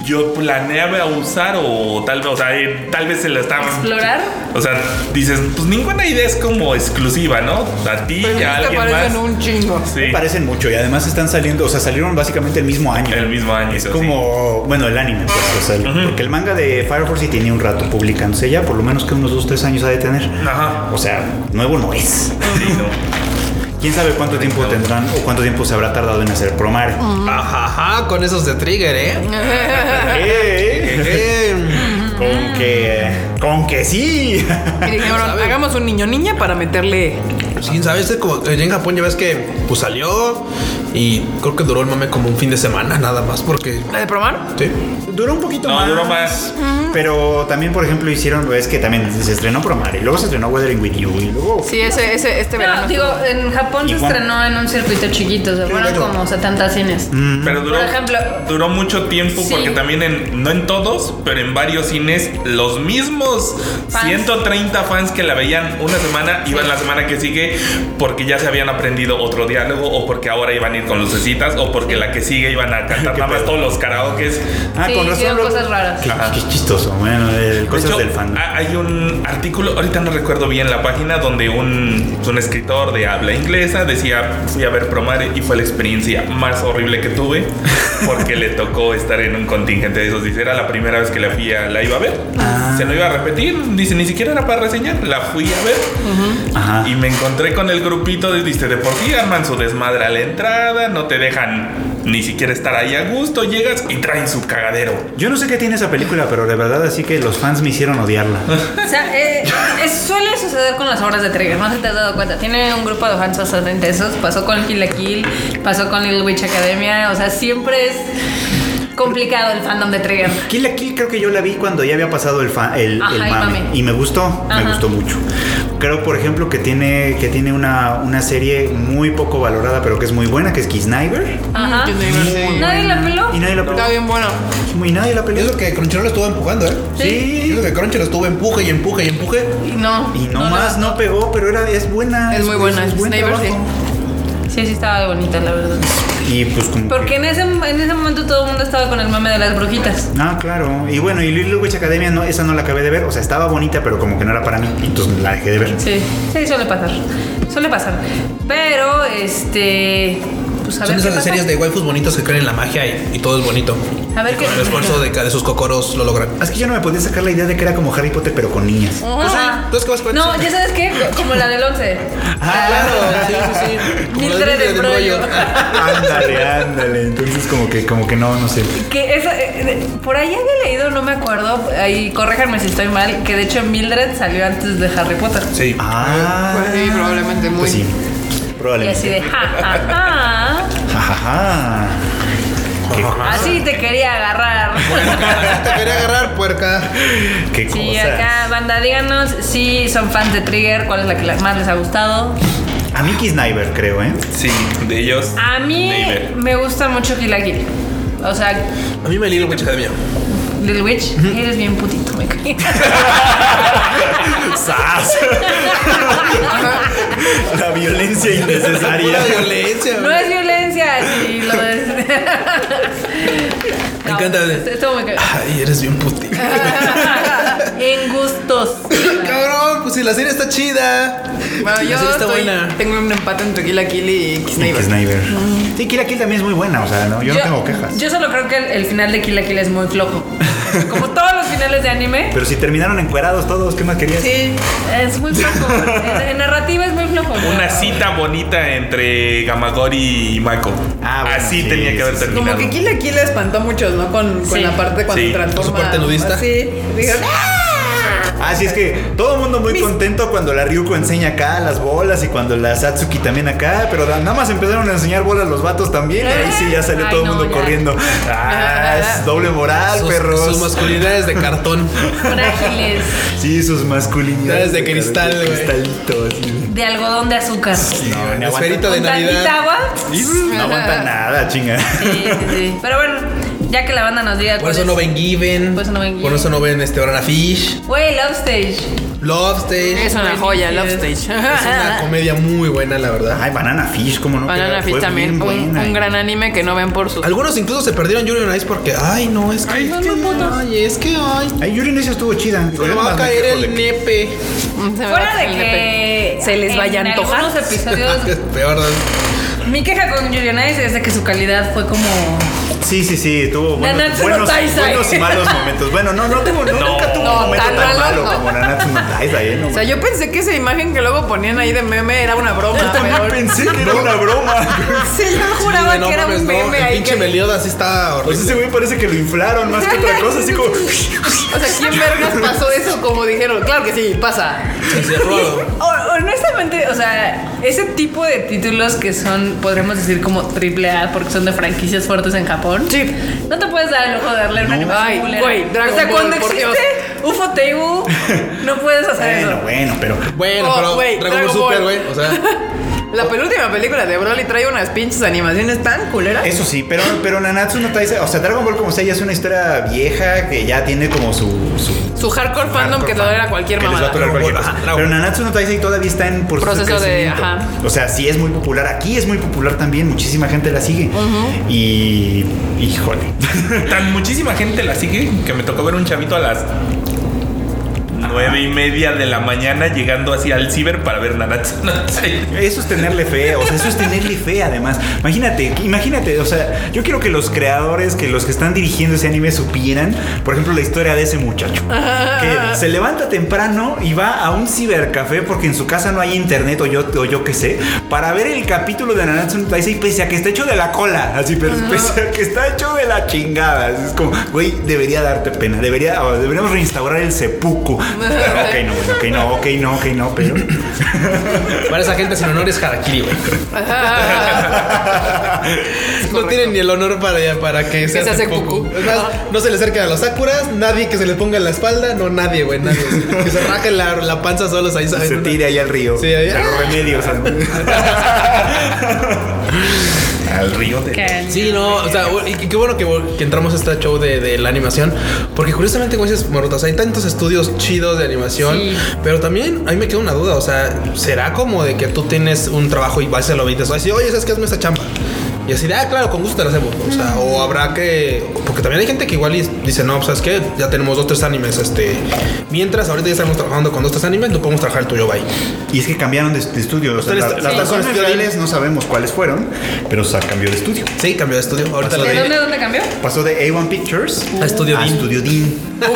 S5: yo planeaba usar o tal vez, o sea, eh, tal vez se la estaban
S3: ¿Explorar?
S5: O sea, dices, pues ninguna idea es como exclusiva, ¿no? A ti y a
S1: te
S5: alguien
S1: parecen
S5: más.
S1: un chingo.
S5: Sí,
S4: Me parecen mucho y además están saliendo, o sea, salieron básicamente el mismo año.
S5: el mismo año.
S4: Es
S5: eso
S4: como, bueno, el anime, pues, o sea, el- porque el manga de Fire Force sí tiene un rato publicándose ya, por lo menos que unos 2, 3 años ha de tener.
S5: Ajá.
S4: O sea, nuevo no es.
S5: sí. Sí, no.
S4: ¿Quién sabe cuánto tiempo tendrán o cuánto tiempo se habrá tardado en hacer Promare?
S3: Oh.
S2: Ajá, con esos de Trigger, ¿eh?
S4: Eh,
S2: Eh,
S4: Con que, con que sí.
S1: Y dijeron, hagamos un niño niña para meterle.
S2: pues, ¿Quién sabe? Este como, allá en Japón ya ves que pues salió y creo que duró el mame como un fin de semana nada más porque...
S1: ¿La de probar?
S2: Sí.
S4: Duró un poquito
S5: No,
S4: más.
S5: duró más.
S4: Pero también, por ejemplo, hicieron, es que también se estrenó Promare, y luego se estrenó Weathering With You, y luego...
S1: Sí, ese, ese, este verano.
S3: No, digo,
S1: estuvo.
S3: en Japón se
S4: ¿Y cuán-
S3: estrenó en un circuito chiquito, o sea, fueron
S4: bueno. Mm.
S3: como 70 cines.
S5: Pero duró,
S3: Por ejemplo-
S5: duró mucho tiempo
S3: Sí.
S5: porque también en, no en todos, pero en varios cines, los mismos
S3: Fans.
S5: 130 fans que la veían una semana iban la semana que sigue porque ya se habían aprendido otro diálogo o porque ahora iban a ir con lucecitas o porque la que sigue iban a cantar nada más todos los karaokes.
S4: Ah,
S3: Sí,
S4: con razón.
S3: hicieron
S4: luego-
S3: cosas raras.
S4: Qué,
S5: Ajá.
S4: qué chistoso, bueno, el-
S5: De
S4: cosas
S5: hecho, ah,
S4: del fandom.
S5: ha- Hay un artículo, ahorita no recuerdo bien la página, donde un, un escritor de habla inglesa decía, fui a ver Promare y fue la experiencia más horrible que tuve porque le tocó estar en un contingente de esos. Dice, era la primera vez que la fui a, la iba a ver.
S3: Ah.
S5: Se lo iba a repetir. Dice, ni siquiera era para reseñar, la fui a ver.
S3: Ah.
S4: Ajá.
S5: Y me encontré con el grupito de, dice, de por sí arman su desmadre a la entrada, no te dejan ni siquiera estar ahí a gusto, llegas y traen su cagadero.
S4: Yo no sé qué tiene esa película, pero de verdad así que los fans me hicieron odiarla.
S3: O sea, eh, es- suele suceder con las obras de Trigger, no sé si te has dado cuenta. Tiene un grupo de fans bastante intensos. Pasó con Kill la Kill, pasó con Little Witch Academia. O sea, siempre es complicado el fandom de Trigger.
S4: Kill la Kill creo que yo la vi cuando ya había pasado el, fa- el,
S3: Ajá,
S4: el
S3: el
S4: mame.
S3: mame.
S4: Y me gustó,
S3: Ajá.
S4: me gustó mucho. Creo, por ejemplo, que tiene, que tiene una, una serie muy poco valorada, pero que es muy buena, que es Kisniver.
S3: Ajá.
S1: Yo te iba a decir.
S3: Nadie la peló.
S4: Y nadie la
S1: Está
S4: peló.
S1: bien bueno.
S4: Y nadie la
S2: Es
S4: peló.
S2: lo que Crunchyroll estuvo empujando, ¿eh? Es
S4: Sí.
S2: lo que Crunchyroll estuvo empuje y empuje y empuje.
S1: Y no.
S4: Y no, más, no pegó, pero era, es buena.
S1: Es muy buena, Kisniver,
S4: trabajo.
S3: Sí, sí, estaba bonita, la verdad.
S4: Y pues como.
S3: Porque
S4: que-
S3: en ese, en ese momento todo el mundo estaba con el mame de las brujitas.
S4: Ah, claro. Y bueno, y Little Witch Academia, no, esa no la acabé de ver. O sea, estaba bonita, pero como que no era para mí. Entonces la dejé de ver.
S3: Sí, sí, suele pasar. Suele pasar. Pero, este. Pues a
S2: Son
S3: ver. qué
S2: esas
S3: pasa.
S2: series de waifus bonitos que creen en la magia y, y todo es bonito.
S3: A
S2: Y
S3: ver qué-
S2: Con el esfuerzo de, ca- de sus cocoros lo logran.
S4: Es que yo no me podía sacar la idea de que era como Harry Potter, pero con niñas.
S2: Pues
S3: Ajá.
S2: entonces, ¿qué vas con
S3: No,
S2: eso?
S3: ya sabes qué, como la del 11.
S4: Ah, claro.
S2: sí, sí, sí.
S3: Mildred de Brollo.
S2: Ah.
S4: ándale, ándale. Entonces como que, como que no, no sé.
S3: Que esa, eh, eh, por ahí había leído, no me acuerdo, ahí corréjanme si estoy mal, que de hecho Mildred salió antes de Harry Potter.
S2: Sí.
S4: Ah.
S1: Pues sí, probablemente muy.
S4: Pues sí.
S3: Y así
S4: Probablemente.
S3: de, ja, ja, ja.
S2: Ah.
S4: Ja, ja, ja.
S3: Así te quería agarrar.
S2: Te quería agarrar, puerca.
S4: Qué cosa.
S3: Sí, acá, banda, díganos si son fans de Trigger, cuál es la que la- más les ha gustado.
S4: A mí Kisniver, creo, ¿eh?
S5: Sí, de ellos.
S3: A mí
S5: Neighbor.
S3: me gusta mucho Kill la Kill. O sea,
S2: A mí me Little Witch Academia.
S3: Lil Witch, eres bien putito, me cae.
S4: ¡Sas! La violencia innecesaria.
S2: Pura violencia.
S3: No es violencia, sí, lo es. pues,
S2: Me encanta.
S4: eh.
S3: Esto me cae.
S2: Ay, eres bien putito.
S3: En gustos.
S2: Cabrón, pues si la serie está chida.
S1: Bueno, yo
S2: La serie está
S1: estoy-
S2: buena.
S1: tengo un empate entre Kill la Kill y
S4: Y
S1: Kisneiver.
S4: Kisniver. Sí, Kira Kill también es muy buena, o sea, ¿no? yo no tengo quejas.
S3: Yo solo creo que el, el final de Kill la Kill es muy flojo. Como todos los finales de anime,
S4: Pero si terminaron encuerados todos, ¿qué más querías?
S1: Sí.
S3: es muy flojo. En, en narrativa es muy flojo.
S5: Una cita bonita entre Gamagori y Mako.
S4: Ah, bueno,
S5: Así
S4: sí,
S5: tenía
S4: sí,
S5: que haber
S4: sí.
S5: terminado.
S1: Como que Kill la Kill la espantó a muchos, ¿no? Con, con
S3: Sí.
S1: la parte cuando
S5: Sí,
S1: transforma.
S2: su parte nudista.
S1: Sí. Dijeron, ¡ah!
S4: Así es que todo el mundo muy contento cuando la Ryuko enseña acá las bolas y cuando la Satsuki también acá, pero da- nada más empezaron a enseñar bolas los vatos también. y Ahí sí ya salió
S3: Ay,
S4: todo el
S3: no,
S4: mundo
S3: ya.
S4: corriendo. Ah, es doble moral,
S2: Sus,
S4: perros.
S2: sus masculinidades de cartón.
S3: Frágiles.
S4: sí, sus masculinidades.
S2: Desde cristal,
S4: de
S2: güey.
S4: cristalito, así.
S3: De algodón de azúcar.
S4: No,
S2: El
S4: no
S2: esferito
S4: aguanta,
S2: de
S3: Con tantita
S2: Navidad.
S3: agua.
S4: no aguanta nada, chinga.
S3: Sí, sí, sí. Pero bueno, Ya que la banda nos diga
S2: Por
S3: cuál
S2: eso
S3: es.
S2: no ven Given.
S3: Por eso no ven
S2: Por eso no ven este Banana Fish.
S3: Güey, Love Stage.
S2: Love Stage.
S6: Es una joya, Love Stage.
S2: Es una comedia muy buena, la verdad.
S4: Ay, Banana Fish, cómo no. que
S6: Banana
S4: la-
S6: Fish
S4: fue
S6: también.
S4: bien
S6: Un,
S4: buena.
S6: un gran anime que no ven por sus.
S2: Algunos incluso se perdieron Yuri on Ice porque, ay, no, es que.
S5: Ay,
S2: es que, ay, es que, ay.
S4: Ay, Yuri Nice estuvo chida.
S2: Se me va a caer el nepe.
S6: Se me
S3: Fuera
S6: va
S3: de
S6: el nepe.
S3: que
S1: Se les vaya a antojar.
S3: En algunos episodios,
S2: Es peor. ¿no?
S3: mi queja con Julian Ice es de que su calidad fue como.
S4: Sí, sí, sí, tuvo buenos,
S3: Nanatsu no
S4: buenos,
S3: Taizai.
S4: buenos y malos momentos. Bueno, no, no, tuvo, no,
S5: No.
S4: nunca tuvo
S6: No,
S4: un momento
S6: tan
S4: tan,
S6: malos
S4: malo
S6: no.
S4: como Nanatsu no Taizai, ¿eh? No,
S6: O sea, yo pensé que esa imagen que luego ponían ahí de meme era una broma. pero-
S4: pensé que era una broma.
S3: Sí, yo juraba
S2: Sí, no
S3: que era
S2: mames,
S3: un
S2: no,
S3: meme
S2: el
S3: ahí.
S2: pinche
S3: que-
S2: Meliodas así está
S4: Pues
S2: horrible.
S4: ese güey parece que lo inflaron más que otra cosa, así como.
S6: O sea, ¿quién vergas pasó eso? Como dijeron, claro que sí, pasa.
S2: Pues, Sí, sí, aprobado.
S3: O- Honestamente, o sea, ese tipo de títulos que son, podríamos decir, como triple A, porque son de franquicias fuertes en Japón.
S6: Sí.
S3: No te puedes dar el lujo de darle una animación
S6: Ay,
S3: culera.
S6: güey, Dragon
S3: O sea,
S6: Ball,
S3: cuando
S6: por
S3: existe
S6: Dios.
S3: UFO Table, no puedes hacer
S4: Bueno,
S3: eso.
S4: bueno, pero.
S2: Bueno,
S6: Oh,
S2: pero
S6: güey,
S2: Dragon Ball
S6: Dragon Ball.
S2: Super, güey. O sea,
S6: La penúltima película de Broly trae unas pinches animaciones tan culeras.
S4: Eso sí, pero, pero Nanatsu no Taizai. O sea, Dragon Ball, como sea, ya es una historia vieja que ya tiene como su. su
S6: Su hardcore fandom que te
S4: fan,
S6: tolera cualquier
S4: que les va a
S6: mamada.
S4: tolerar cualquier
S2: Ajá,
S4: cosa.
S2: Dragon
S4: Pero
S2: Ball.
S4: Nanatsu no Taizai todavía está en proceso,
S6: Proceso de-
S4: crecimiento.
S6: ajá.
S4: O sea, sí es muy popular. Aquí es muy popular también. Muchísima gente la sigue. Y. Híjole.
S5: Tan muchísima gente la sigue que me tocó ver un chavito a las nueve y media de la mañana llegando así al ciber para ver Nanatsu. no Taizai.
S4: Eso es tenerle fe, o sea, eso es tenerle fe además. Imagínate, imagínate, o sea, yo quiero que los creadores, que los que están dirigiendo ese anime supieran, por ejemplo, la historia de ese muchacho. Que se levanta temprano y va a un cibercafé porque en su casa no hay internet o yo, o yo qué sé, para ver el capítulo de Nanatsu no Taizai pese a que está hecho de la cola, así, pero pese a que está hecho de la chingada. así Es como, güey, debería darte pena, debería, o deberíamos reinstaurar el seppuku. Pero, ok, no, bueno, ok, no, ok, no, ok, no, pero...
S2: para esa gente sin honor es Harakiri, güey. No tienen ni el honor para, para que se
S6: se hace
S2: hace poco.
S6: cucú.
S2: Es más, no se le acerquen a los sakuras, nadie que se le ponga en la espalda, no nadie, güey, nadie. Que se raje la, la panza solos ahí, ¿sabes?
S4: se tire ahí al río.
S2: Sí, ahí.
S4: A los remedios.
S5: Al río de...
S2: Sí, no, o sea, y qué bueno que, que entramos a este show de, de la animación, porque curiosamente, como dices, Morotas, hay tantos estudios chidos de animación, pero también a mí me queda una duda, o sea, ¿será como de que tú tienes un trabajo y vas a lo y dices, oye, ¿sabes qué? Hazme esta chamba. Y así de, ah, claro, con gusto te lo hacemos. O sea, o habrá que. Porque también hay gente que igual y dice, no, pues, ¿sabes qué? Ya tenemos dos, tres animes. Este. Mientras ahorita ya estamos trabajando con dos, tres animes, no podemos trabajar el tuyo, bye.
S4: Y es que cambiaron de, de estudio. Los
S2: Ustedes-
S4: las
S2: sí,
S4: razones
S2: sí.
S4: reales no sabemos cuáles fueron, pero se cambió de estudio.
S2: Sí, cambió de estudio. Ahorita lo
S3: ¿De
S2: diré.
S3: dónde, dónde cambió?
S4: Pasó de A1 Pictures
S2: A Estudio
S4: a
S2: Dean.
S4: Estudio Dean.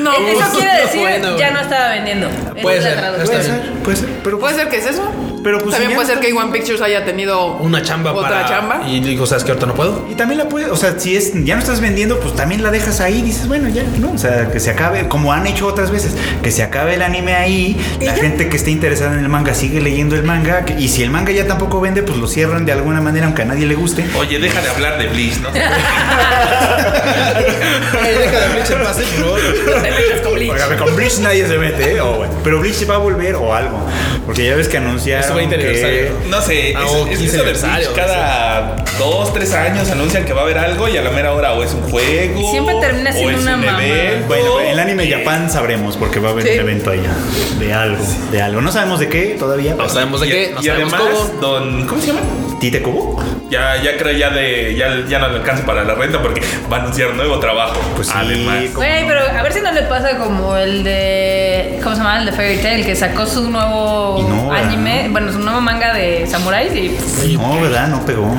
S6: No,
S3: Eso
S2: Uh,
S3: quiere decir,
S2: bueno,
S3: ya
S2: güey.
S3: no estaba vendiendo. Esa
S2: Puede
S3: es la
S2: ser, este,
S3: traducción.
S2: está
S4: Puede
S2: bien.
S4: ser, puede ser, pero
S6: ¿Puede ser que es eso?
S4: Pero, pues,
S6: También
S4: si
S6: puede
S4: ya-
S6: ser que One Pictures haya tenido
S2: Una chamba
S6: otra
S2: para-
S6: chamba.
S2: Y digo, ¿sabes qué? Ahorita no puedo.
S4: Y también la puedes, o sea, si es, ya no estás vendiendo, pues también la dejas ahí, dices, bueno, ya, ¿no? O sea, que se acabe, como han hecho otras veces, que se acabe el anime ahí, la gente que esté interesada en el manga sigue leyendo el manga, que- y si el manga ya tampoco vende, pues lo cierran de alguna manera, aunque a nadie le guste.
S5: Oye, deja de hablar de Bleach, ¿no?
S2: Ay, deja de abrir el pase, por favor.
S4: Oiga, con Bleach nadie se mete, ¿eh? O bueno, pero Bleach va a volver o algo. Porque ya ves que
S2: Su
S4: anunciaron
S2: 20
S4: que...
S2: aniversario.
S5: No sé,
S2: Ah,
S5: es-
S2: o
S4: oh,
S5: es,
S2: 15
S5: eso de
S2: aniversario,
S5: Bleach, cada dos, tres años anuncian que va a haber algo y a la mera hora o es un juego.
S3: Y siempre termina
S5: o
S3: siendo
S5: es
S3: una
S5: un
S3: mamada.
S5: evento.
S4: Bueno, el anime
S5: Eh,
S4: Japan sabremos porque va a haber
S6: Sí.
S4: un evento allá de algo, de algo. No sabemos de qué todavía.
S2: No sabemos de
S5: y-
S2: qué, no
S5: y
S2: sabemos
S5: además,
S2: cómo.
S5: don. ¿Cómo se llama?
S4: ¿Tite Kubo?
S5: Ya, ya creo ya de. Ya, ya no le alcanza para la renta porque va a anunciar nuevo trabajo.
S4: Pues sí,
S5: además.
S4: ¿cómo
S3: Güey,
S4: no?
S3: pero a ver si no le pasa como el de. ¿Cómo se llama? El de Fairy Tail, que sacó su nuevo
S4: Innova.
S3: anime. Bueno, su nuevo manga de samuráis. Y pues, pff,
S4: No, ¿verdad? No pegó.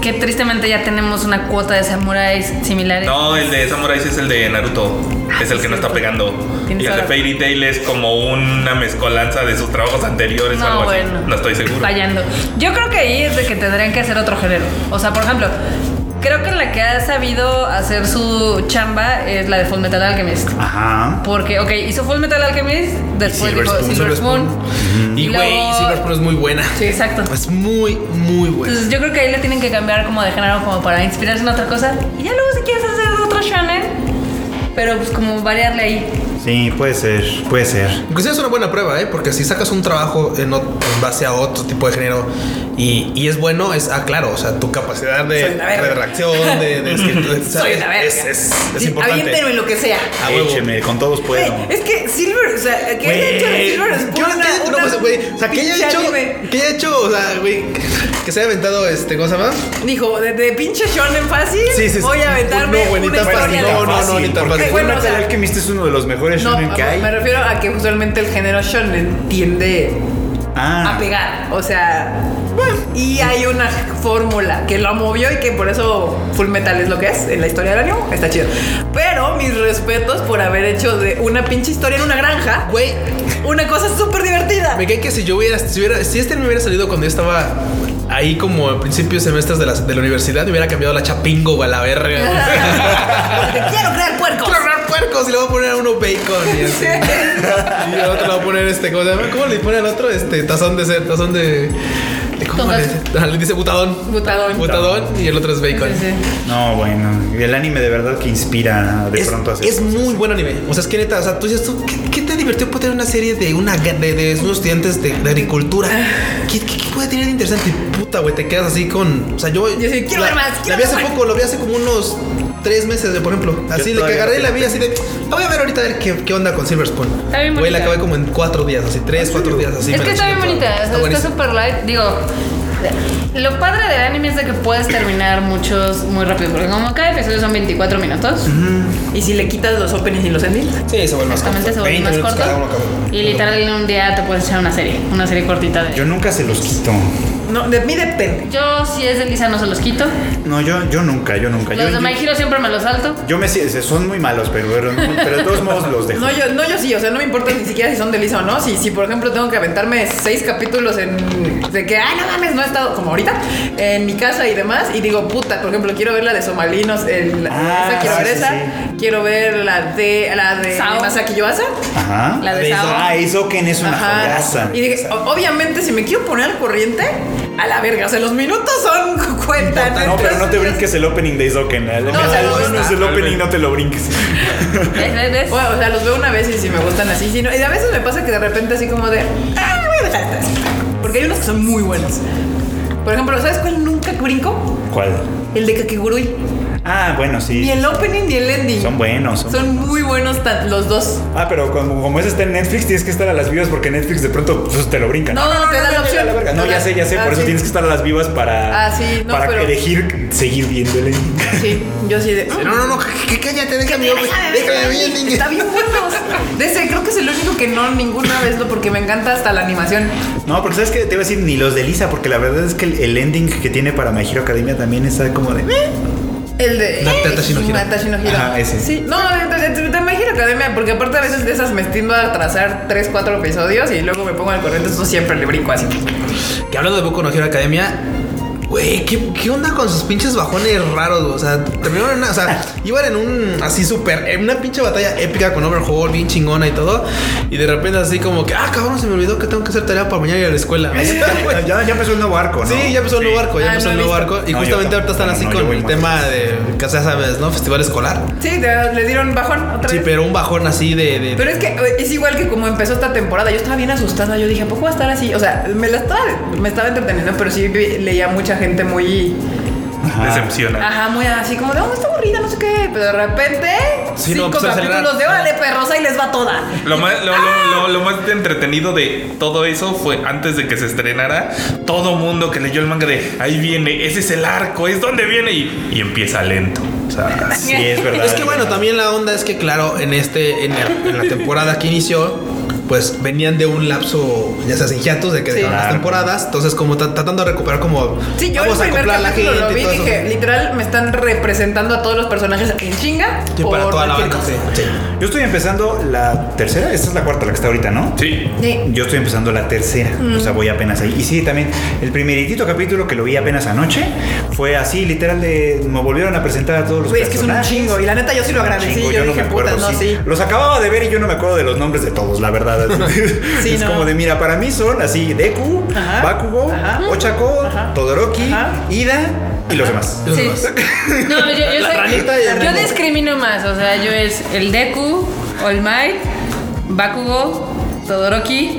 S3: que tristemente ya tenemos una cuota de samuráis similares.
S5: No, el de Samurai sí es el de Naruto. Es el que no está pegando.
S3: Tienes
S5: Y el de
S3: razón.
S5: Fairy Tail es como una mezcolanza de sus trabajos anteriores o
S3: No,
S5: algo así.
S3: bueno.
S5: No estoy seguro.
S3: Fallando. Yo creo que ahí es de que tendrían que hacer otro género. O sea, por ejemplo, creo que la que ha sabido hacer su chamba es la de Full Metal Alchemist.
S4: Ajá.
S3: Porque, ok, hizo Full Metal Alchemist, después
S2: Silver
S3: dijo
S2: Spoon.
S3: Silver
S2: Silver
S3: Spoon.
S2: Y güey,
S3: luego-
S2: Silver Spoon es muy buena.
S3: Sí, exacto.
S5: Pues,
S2: Es muy, muy buena.
S3: Entonces yo creo que ahí le tienen que cambiar como de género como para inspirarse en otra cosa. Y ya luego si quieres hacer otro shonen, pero pues como variarle ahí.
S4: Sí, puede ser, puede ser.
S2: Inclusive es una buena prueba, ¿eh? Porque si sacas un trabajo en, ot- en base a otro tipo de género y, y es bueno, es, ah, claro, o sea, tu capacidad de
S1: Soy una verga.
S2: redacción, de, de escritura, ¿sabes?
S1: una verga.
S2: Es, es, es
S1: Sí, aviéntenme
S2: importante.
S1: lo que sea.
S2: A huevo.
S4: Écheme, con todos puedo.
S1: Güey, Es que Silver, o sea, ¿qué ha hecho de Silver Spoon?
S2: Yo no
S1: Una-
S2: entiendo,
S1: una
S2: no, pues, güey, o sea, ¿qué haya
S1: pinche
S2: hecho?
S1: anime.
S2: ¿Qué haya hecho? O sea, güey, que se haya aventado este, ¿cómo se llama?
S1: Dijo, de, de pinche shonen fácil,
S2: Sí, sí, sí.
S1: voy a aventarme
S2: No,
S1: una
S2: buenita
S1: historia
S2: fácil.
S1: de-
S2: No, no, no, ni tan fácil.
S1: bueno,
S4: Bueno,
S1: o sea-
S4: que viste es uno de los mejores
S1: No,
S4: shonen que hay.
S1: me refiero a que usualmente el género shonen tiende a
S4: Ah,
S1: pegar, o sea, y hay una fórmula que lo movió y que por eso Full Metal es lo que es en la historia del anime, está chido. Pero mis respetos por haber hecho de una pinche historia en una granja,
S2: Güey,
S1: una cosa súper divertida.
S2: me cae que si yo hubiera, si, hubiera, si este me hubiera salido cuando yo estaba ahí como a principios semestres de la, de la universidad, me hubiera cambiado la chapingo o a la verga.
S1: Quiero crear puercos.
S2: Quiero hablar puercos y le voy a poner a uno bacon y así. Y al otro le voy a poner este, ¿cómo, se llama? ¿Cómo le pone al otro? Este, tazón de ser, tazón de. de- ¿Cómo le dice? Ah, le dice butadón.
S1: Butadón.
S2: Butadón y el otro es bacon.
S4: no, bueno. El anime de verdad que inspira de
S2: es,
S4: pronto a hacer
S2: es muy buen anime. O sea, es que neta, o sea, tú dices, tú, ¿qué, qué te divirtió poder una serie de, una, ga- de, de unos estudiantes de, de agricultura? ¿Qué, qué, qué puede tener de interesante? Puta, güey, te quedas así con. O sea, yo.
S1: Yo sí, quiero
S2: la-
S1: ver más,
S2: La
S1: quiero
S2: vi
S1: ver
S2: hace
S1: más.
S2: poco, lo vi hace como unos tres meses, de, por ejemplo. Así, le que
S4: todavía
S2: agarré
S4: no
S2: y la vi así de. La voy a ver ahorita a ver qué, qué onda con Silver Spoon.
S3: Está bien
S2: Güey, la
S3: bonita.
S2: acabé como en cuatro días, así, tres, cuatro días, así.
S3: es
S2: me
S3: que
S2: la
S3: está
S2: chuté
S3: bien
S2: toda.
S3: bonita, o sea, está
S2: buenísimo.
S3: súper light. Digo, lo padre del anime es de que puedes terminar muchos muy rápido, porque como cada episodio son 24 minutos,
S1: Y si le quitas los openings y los endings.
S2: Sí, se vuelve más corto.
S3: exactamente se vuelve
S2: 20
S3: más
S2: minutos
S3: corto.
S2: cada uno, cabrón.
S3: Y literal en un día te puedes echar una serie, una serie cortita de...
S4: Yo nunca se los quito.
S1: No, de mí depende.
S3: Yo si es de Lisa no se los quito.
S4: No, yo, yo nunca, yo nunca.
S3: Los
S4: yo,
S3: de My
S4: yo-
S3: Hero siempre me los salto.
S4: yo me siento, son muy malos, pero, pero, pero de todos modos los dejo.
S1: No yo, no, yo sí, o sea, no me importa ni siquiera si son de Lisa o no. Si, si por ejemplo, tengo que aventarme seis capítulos en. de que, ay, no mames, no he estado como ahorita, en mi casa y demás, y digo, puta, por ejemplo, quiero ver la de Somalinos, el-
S4: Ah,
S1: esa, quiero
S4: sí,
S1: ver
S4: sí,
S1: esa,
S4: sí.
S1: quiero ver la de. la de
S3: Sao.
S1: Masaki Yoasa.
S4: Ajá.
S3: La de
S4: Eso-
S3: Sao.
S4: Ah, eso que es una
S1: Ajá.
S4: joyaza.
S1: Y dije, o- obviamente, si me quiero poner al corriente, a la verga, o sea, los minutos son. cuentan.
S4: Ah, No, pero no te
S1: Entonces,
S4: brinques el opening de Isoken. No,
S1: o sea, no,
S4: no es el
S5: no.
S4: opening, no te lo brinques.
S3: ¿Ves, ves, ves?
S1: Bueno, o sea, los veo una vez y si me gustan así, sí, no. Y a veces me pasa que de repente así como de, ah, voy a dejar estas. Porque hay unos que son muy buenos. Por ejemplo, ¿sabes cuál nunca brinco?
S4: ¿Cuál?
S1: El de Kakegurui.
S4: Ah, bueno, sí.
S1: Ni el opening ni el ending.
S4: Son buenos. son-
S1: Son muy buenos tan- los dos.
S4: Ah, pero como, como ese está en Netflix, tienes que estar a las vivas porque Netflix de pronto pues, te lo brinca.
S1: No, no, te da la
S4: ya, ya,
S1: opción.
S4: la verga. No,
S1: Te
S4: ya
S1: da-
S4: sé, ya sé.
S1: Ah,
S4: por eso
S1: sí.
S4: tienes que estar a las vivas para,
S1: Ah, sí, no,
S4: para
S1: pero-
S4: elegir seguir viéndole.
S1: Sí, yo sí de.
S2: No, no, no, que- que cállate, déjame,
S1: Déjame ver,
S2: déjame, déjame,
S1: Está bien buenos. De ese creo que es el único que no ninguna vez lo porque me encanta hasta la animación.
S4: No, porque sabes que te iba a decir ni los de Lisa, porque la verdad es que el, el ending que tiene para My Hero Academia también está como de. "Eh,
S1: El de.
S2: Na- Tatashi no Hiro.
S1: Tatashi no Hiro.
S4: Ajá, ese.
S1: Sí. No, te, te, te imagino academia, porque aparte a veces de esas me tiendo a atrasar 3, 4 episodios y luego me pongo al corriente, eso siempre le brinco así.
S2: Que hablando de Boku no Hero Academia, güey, ¿qué, qué onda con sus pinches bajones raros? güey? O sea, terminaron en una, o sea, iban en un así súper, en una pinche batalla épica con Overhaul, bien chingona y todo. Y de repente así como que, ah, cabrón, se me olvidó que tengo que hacer tarea para mañana ir a la escuela.
S4: ya, ya empezó el nuevo arco, ¿no?
S2: Sí, ya empezó el nuevo arco, ya
S1: Ah,
S2: empezó
S1: no
S2: el
S1: he
S2: nuevo
S1: visto.
S2: arco. Y
S4: No, yo
S2: justamente ahorita están
S4: tampoco.
S2: así
S4: No, yo
S2: con
S4: voy
S2: el
S4: más
S2: tema de, que ya sabes, ¿no? Festival escolar.
S1: Sí, te- le dieron bajón otra
S2: Sí,
S1: vez.
S2: pero un bajón así de... de-
S1: Pero es que eh, es igual que como empezó esta temporada. Yo estaba bien asustada. Yo dije, ¿a poco va a estar así? O sea, me la estaba, me estaba entreteniendo, pero sí vi- leía mucha gente muy.
S5: Decepciona.
S1: Ajá, muy así como de, oh, está aburrida, no sé qué. Pero de repente,
S2: Sí, no, pues,
S1: cinco
S2: empezó a acelerar.
S1: capítulos de órale, perros, ahí les va toda.
S5: Lo más, lo, lo- lo- lo más entretenido de todo eso fue antes de que se estrenara, todo mundo que leyó el manga de ahí viene, ese es el arco, es donde viene y, y empieza lento. O sea,
S4: Sí, es verdad.
S2: Es que bueno, también la onda es que, claro, en este, en, el- en la temporada que inició, pues venían de un lapso, ya sabes, en hiatus de que
S1: Sí.
S2: dejaron las
S4: Claro.
S2: temporadas. Entonces, como tra- tratando de recuperar, como
S1: Sí, yo el primer
S2: acoplar a
S1: capítulo lo vi
S2: y
S1: y
S2: todo eso.
S1: dije, literal, me están representando a todos los personajes en chinga.
S2: Sí, para
S1: por
S2: toda la
S1: cualquier
S2: banda.
S1: cosa.
S2: Sí, sí.
S4: Yo estoy empezando la tercera, esta es la cuarta, la que está ahorita, ¿no?
S5: sí.
S1: Sí. Mm.
S4: Yo estoy empezando la tercera, o sea, voy apenas ahí. Y sí, también, el primeritito capítulo que lo vi apenas anoche fue así, literal, de. Me volvieron a presentar a todos los
S1: Güey, es que es un
S4: personajes.
S1: chingo. Y la neta, yo sí lo agradecí.
S4: Chingo,
S1: yo,
S4: no
S1: dije,
S4: me
S1: puta,
S4: acuerdo,
S1: no, sí.
S4: Los acababa de ver y yo no me acuerdo de los nombres de todos, la verdad.
S1: Sí,
S4: es
S1: no.
S4: como de, mira, para mí son así Deku,
S1: Ajá.
S4: Bakugo,
S1: Ajá.
S4: Ochako,
S1: Ajá.
S4: Todoroki,
S1: Ajá.
S4: Ida y los demás.
S2: Los
S3: Sí.
S2: demás.
S3: No, yo, yo,
S2: La
S3: soy-
S2: ranita y el
S3: yo
S2: ramo.
S3: discrimino más, o sea, yo es el Deku, All Might, Bakugo, Todoroki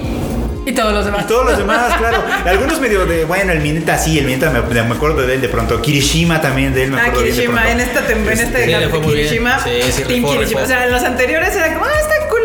S3: y todos los demás.
S4: Y todos los demás, claro. Algunos medio de, bueno, el Mineta sí, el Mineta me, me acuerdo de él de pronto. Kirishima también de él me
S1: Ah,
S4: acuerdo bien de
S1: Kirishima, en
S4: pronto.
S1: esta tem- en este
S2: Sí, le
S1: de
S2: fue muy bien.
S1: Kirishima,
S2: Sí, sí,
S1: Team
S2: rifó,
S1: Kirishima.
S2: rifó.
S1: O sea, en los anteriores era como, ah, está cool.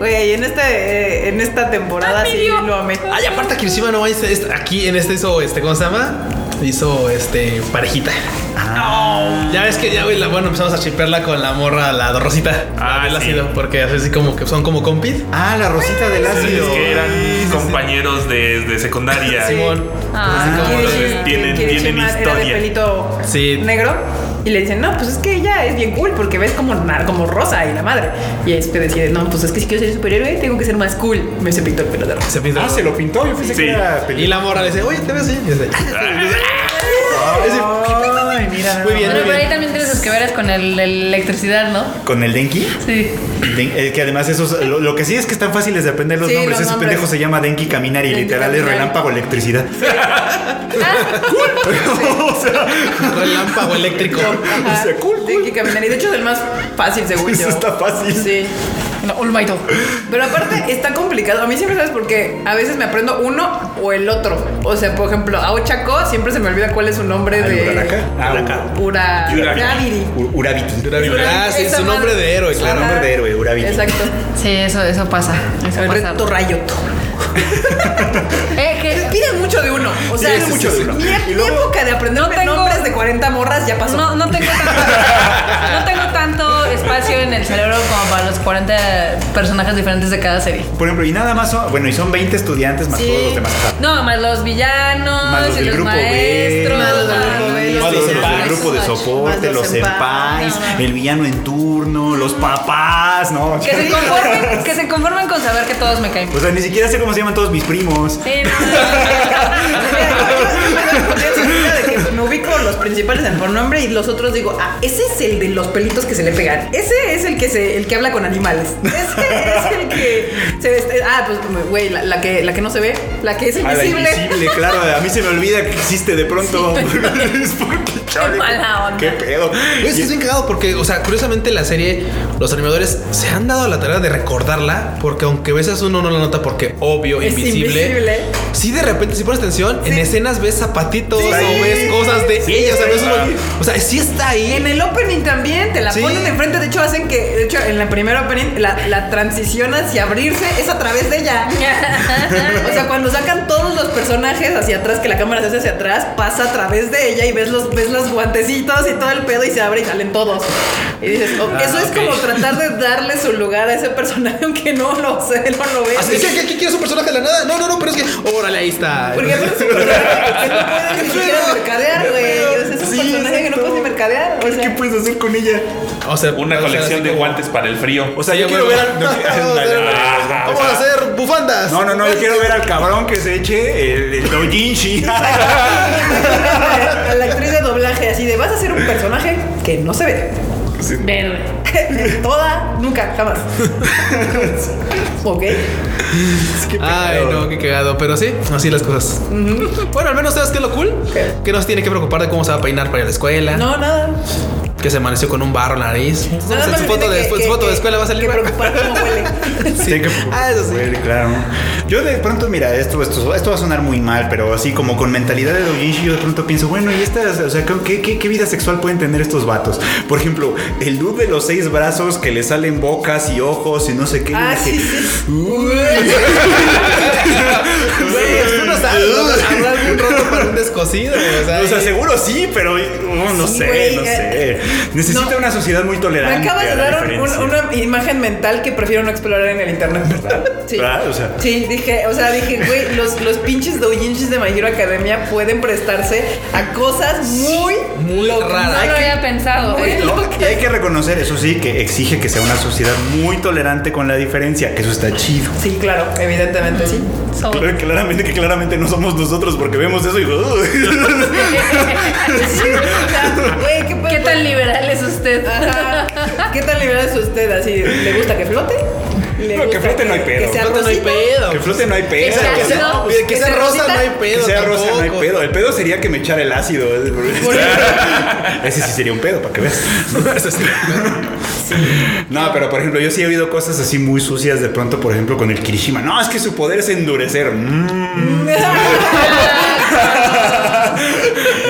S1: Güey, en esta, eh, en esta temporada sí
S3: medio.
S1: lo amé.
S2: Ay, Ah, aparte Kirishima no es, es- aquí en este hizo este, ¿cómo se llama? Hizo este parejita.
S4: Ah,
S2: Ya ves que ya güey, la- bueno, empezamos a chiperla con la morra, la rosita.
S5: Ah,
S2: Ah, el
S5: sí.
S2: ácido, porque así como que son como compis.
S4: Ah, la Rosita del
S5: Es
S4: ácido.
S5: que eran
S4: Sí, sí, sí.
S5: compañeros de, de secundaria.
S2: Simón.
S3: Ah,
S2: Así como los-
S5: Kirishima.
S1: Kirishima-
S5: tienen-
S1: Kirishima
S5: tienen
S1: era de
S5: historia.
S1: pelito
S2: Sí.
S1: negro. Y le dicen, no, pues es que ella es bien cool porque ves como, nar- como rosa y la madre. Y este decide, no, pues es que si quiero ser superhéroe, tengo que ser más cool. Me se pintó el pelo de rosa.
S2: se pinta.
S4: Ah, se lo pintó. Yo pensé
S5: Sí.
S4: que era
S2: Y
S4: película.
S2: la morra le dice, oye, te ves así. Y dice,
S4: Ay, mira. nada
S2: Muy bien.
S4: más.
S3: Bueno, pero ahí también tienes sus que veras con el- la electricidad, ¿no?
S4: Con el Denki.
S3: Sí.
S4: Den- eh, que además esos lo, lo que sí es que están fáciles de aprender los
S1: Sí,
S4: nombres.
S1: los
S4: Ese
S1: nombres.
S4: pendejo se llama Denki Caminar y
S1: Denki
S4: literal es
S1: Caminar.
S4: relámpago electricidad. o sea,
S2: relámpago eléctrico.
S1: Ajá.
S4: sea, cool,
S1: Tiene que caminar. Y de hecho es el más fácil, según
S4: eso
S1: yo.
S4: está fácil.
S1: Sí.
S3: No, All Might.
S1: Pero aparte está complicado. A mí siempre sabes porque a veces me aprendo uno o el otro. O sea, por ejemplo, a Ochaco siempre se me olvida cuál es su nombre
S4: Ay,
S1: de.
S4: Uraraka. Ah, Uraraka.
S1: Ura.
S5: Yuraraka.
S1: Urariri.
S4: U- Urabiti.
S2: Durabilidad,
S1: Durabilidad,
S2: Ah, sí,
S1: esa
S2: su nombre
S1: madre.
S2: de héroe,
S4: El
S2: claro.
S4: nombre de héroe, Urabiti.
S1: Exacto.
S3: Sí, eso, eso pasa. Eso
S1: El
S3: pasa.
S1: reto Rayoto.
S3: Eh, que-
S1: Piden mucho de uno. O sea,
S4: Piden mucho de uno.
S1: Mi, mi
S4: Y luego-
S1: época de aprender
S3: No tengo-
S1: nombres de 40 morras ya pasó.
S3: No, no tengo tanto, no tengo tanto espacio en el cerebro como para los 40 personajes diferentes de cada serie.
S4: Por ejemplo, y nada más son, bueno, y son 20 estudiantes más
S1: Sí.
S4: todos los demás.
S3: No, más los villanos,
S4: Más los
S3: y
S4: del
S3: los
S4: grupo B,
S3: maestros,
S1: más los del
S3: más
S1: grupo B,
S4: más los,
S2: los
S4: los del
S2: senpais.
S4: grupo de soporte,
S1: Más
S4: los
S1: los
S4: senpais,
S3: senpais.
S4: el villano en turno, los papás, ¿no?
S3: Que se conformen, que se conformen con saber que todos me caen.
S4: O sea, ni siquiera sé cómo se llaman todos mis primos.
S3: Sí, no, no, no.
S1: de que me ubico los principales en por nombre y los otros digo, ah, ese es el de los pelitos que se le pegan. Ese es el que se, el que habla con animales. Ese es el que se veste- Ah, pues güey, la, la que la que no se ve, la que es
S4: A Ah, la
S1: invisible.
S4: invisible, claro, a mí se me olvida que existe de pronto. Es porque, chale,
S3: mala onda.
S4: Qué pedo.
S2: Es que
S4: Y-
S2: es bien cagado porque, o sea, curiosamente la serie, los animadores se han dado la tarea de recordarla porque aunque a veces uno no la nota porque obvio,
S1: Es
S2: invisible,
S1: invisible.
S2: Sí, de repente, si pones atención, en escenas ves zapatitos
S4: Sí.
S2: o ves cosas de
S4: Sí,
S2: ella. O sea, no es
S4: claro.
S2: un- o sea, sí está ahí.
S1: En el opening también te la
S2: Sí.
S1: ponen enfrente. De hecho, hacen que, de hecho, en la primera opening, la, la transición hacia abrirse es a través de ella. o sea, cuando sacan todos los personajes hacia atrás, que la cámara se hace hacia atrás, pasa a través de ella y ves los, ves los guantecitos y todo el pedo y se abre y salen todos. Y dices, "Oh,
S2: Ah,
S1: eso es como tratar de darle su lugar a ese personaje, aunque no lo sé, no lo veas.
S2: Así que aquí, aquí quieres un personaje de la nada. No, no, no, pero es que. Órale, ahí está.
S1: Porque aparte es un personaje que no puedes ni siquiera mercadear, güey. O sea, es un
S4: Sí,
S1: personaje que no
S4: exacto.
S1: puedes ni mercadear. o
S4: Pues, ¿Qué
S1: sea.
S4: puedes hacer con ella?
S2: O sea,
S5: Una
S2: o sea,
S5: colección
S2: así
S5: de
S2: como-
S5: guantes para el frío.
S4: O sea, yo
S2: Yo
S4: quiero ver al.
S2: no, vamos a hacer-
S5: Ajá,
S2: Vamos a
S5: ajá.
S2: hacer bufandas.
S4: No, no, no, yo quiero ver al cabrón que se eche el, el doujinshi.
S1: a la actriz de doblaje así de vas a ser un personaje que no se ve
S3: Verde.
S1: toda nunca jamás ok
S2: Ay, no, qué cagado. Pero sí, así las cosas. Bueno, al menos sabes que es lo cool.
S1: ¿Qué?
S2: Que no se tiene que preocupar de cómo se va a peinar para ir a la escuela.
S1: no nada
S2: Que se amaneció con un barro en la nariz. O sea,
S1: nada más
S2: su
S1: se
S2: foto,
S1: tiene
S2: de,
S1: que-
S2: su
S1: que-
S2: foto de
S1: que-
S2: escuela va a salir.
S1: que preocupar cómo huele
S4: Tengo que-
S2: Ah, eso sí.
S4: Güey, claro. Yo de pronto, mira, esto, esto, esto va a sonar muy mal, pero así como con mentalidad de doujinshi, yo de pronto pienso, bueno, y estas, o sea, ¿qué, qué, qué vida sexual pueden tener estos vatos? Por ejemplo, el dude de los seis brazos que le salen bocas y ojos y no sé qué.
S1: ah
S4: yo
S1: sí
S4: dije,
S1: sí
S2: Güey, tú no sabes, ¿no? Habrá algún roto para un descosido. O sea,
S4: O sea, seguro sí, pero oh, no
S1: Sí,
S4: sé,
S1: güey,
S4: no sé.
S1: eh,
S4: Necesita
S1: no.
S4: una sociedad muy
S1: me
S4: tolerante.
S1: acabas
S4: a
S1: de
S4: la
S1: dar un-
S4: diferencia.
S1: un- una imagen mental que prefiero no explorar en el internet sí
S4: ¿Verdad? O sea.
S1: Sí, dije, o sea, dije, güey, los, los pinches doujinshis de My Hero Academia pueden prestarse a cosas muy,
S2: muy
S3: No
S2: rara.
S3: lo había pensado, ¿eh?
S4: No, y hay que reconocer, eso sí, que exige que sea una sociedad muy tolerante con la diferencia, que eso está chido.
S1: Sí, claro, evidentemente sí.
S3: So-
S4: Claro, claramente que claramente no somos nosotros porque vemos eso y "Ugh".
S1: Sí, o sea, güey, ¿qué,
S3: ¿Qué
S1: pedo?
S3: tan liberal es usted?
S1: Ajá. ¿Qué tan liberal es usted? Así, ¿le gusta que flote? ¿Le
S4: No, que
S1: gusta
S4: flote no hay pedo.
S1: Que sea
S2: no hay
S1: rosita?
S2: pedo.
S4: que flote no hay pedo.
S3: sea-
S2: Que sea,
S3: No,
S2: que
S1: que
S2: sea
S1: sea
S2: rosa
S1: rosita.
S2: no hay
S4: Que
S2: pedo.
S4: sea rosa no hay
S2: tampoco.
S4: pedo. El ¿eh? pedo sería que me echara el ácido. Ese sí sería un pedo, para que veas.
S2: Eso sí.
S4: No, pero por ejemplo, yo sí he oído cosas así muy sucias de pronto, por ejemplo, con el Kirishima. No, es que su poder es endurecer. Mm.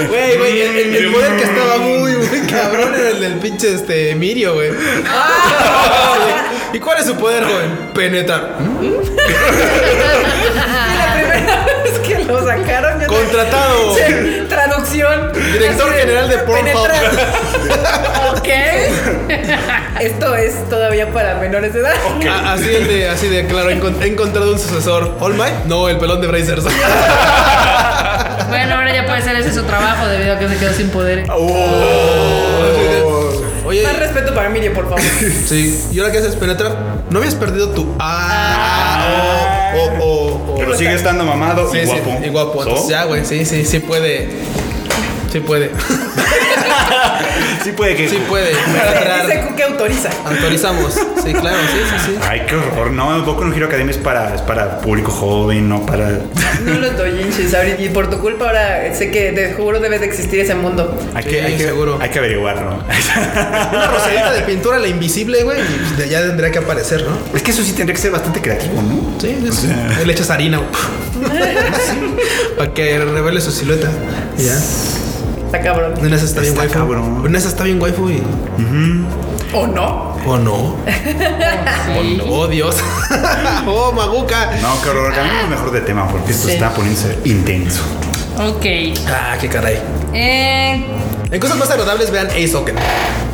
S2: Güey, güey, el, el- el poder que estaba muy, muy cabrón era el del pinche este Mirio, güey. ¿Y cuál es su poder, güey? Penetrar.
S1: La primera vez que lo sacaron, yo
S2: Contratado.
S1: Sí, Traducción.
S2: Director
S1: Así
S2: general de Pornhub.
S1: penetra- ok. Esto es todavía para menores de edad.
S2: A- Así el de, así de, claro, encon- he encontrado un sucesor. ¿All Might? No, el pelón de Brazers.
S7: Bueno, ahora ya puede ser ese su trabajo debido a que se quedó sin poder.
S4: Oh.
S2: Oye,
S1: Más respeto para Mirio, por favor.
S2: sí, ¿y ahora qué haces? ¿Penetrar? ¿No habías perdido tu... Ah, o, o, o, o-
S4: Pero sigue estando mamado
S2: Sí,
S4: y
S2: sí,
S4: guapo.
S2: y guapo. Entonces,
S4: ¿So?
S2: ya, güey, sí, sí, sí puede. Sí puede.
S4: Sí puede que.
S2: Sí puede. penetrar.
S1: Dice Q que autoriza.
S2: Autorizamos. Sí, claro, sí, sí, sí.
S4: Ay, qué horror. No, Boku no Hero Academia es para, es para público joven, no para.
S1: No los doyinches ahorita. Y por tu culpa ahora sé que te juro debe de existir ese mundo.
S4: Hay que,
S2: Sí,
S4: hay que,
S2: seguro.
S4: Hay que averiguarlo.
S2: Una rosadita de pintura, la invisible, güey, y pues, de allá tendría que aparecer, ¿no?
S4: Es que eso sí tendría que ser bastante creativo, ¿no?
S2: Sí, eso. Ahí le echas harina, güey. Para que revele su silueta. Y Ya.
S1: Está cabrón.
S2: En esa está bien
S4: Está
S2: waifu.
S4: cabrón.
S2: En esa está bien waifu y.
S1: ¿O no?
S2: ¿O no? Oh, Dios. oh, Maguca.
S4: No, qué horror. Cambiemos mejor de tema porque esto
S1: Sí.
S4: está poniéndose intenso.
S7: Ok.
S2: Ah, qué caray.
S7: Eh,
S2: En cosas más agradables, vean Ace Oken.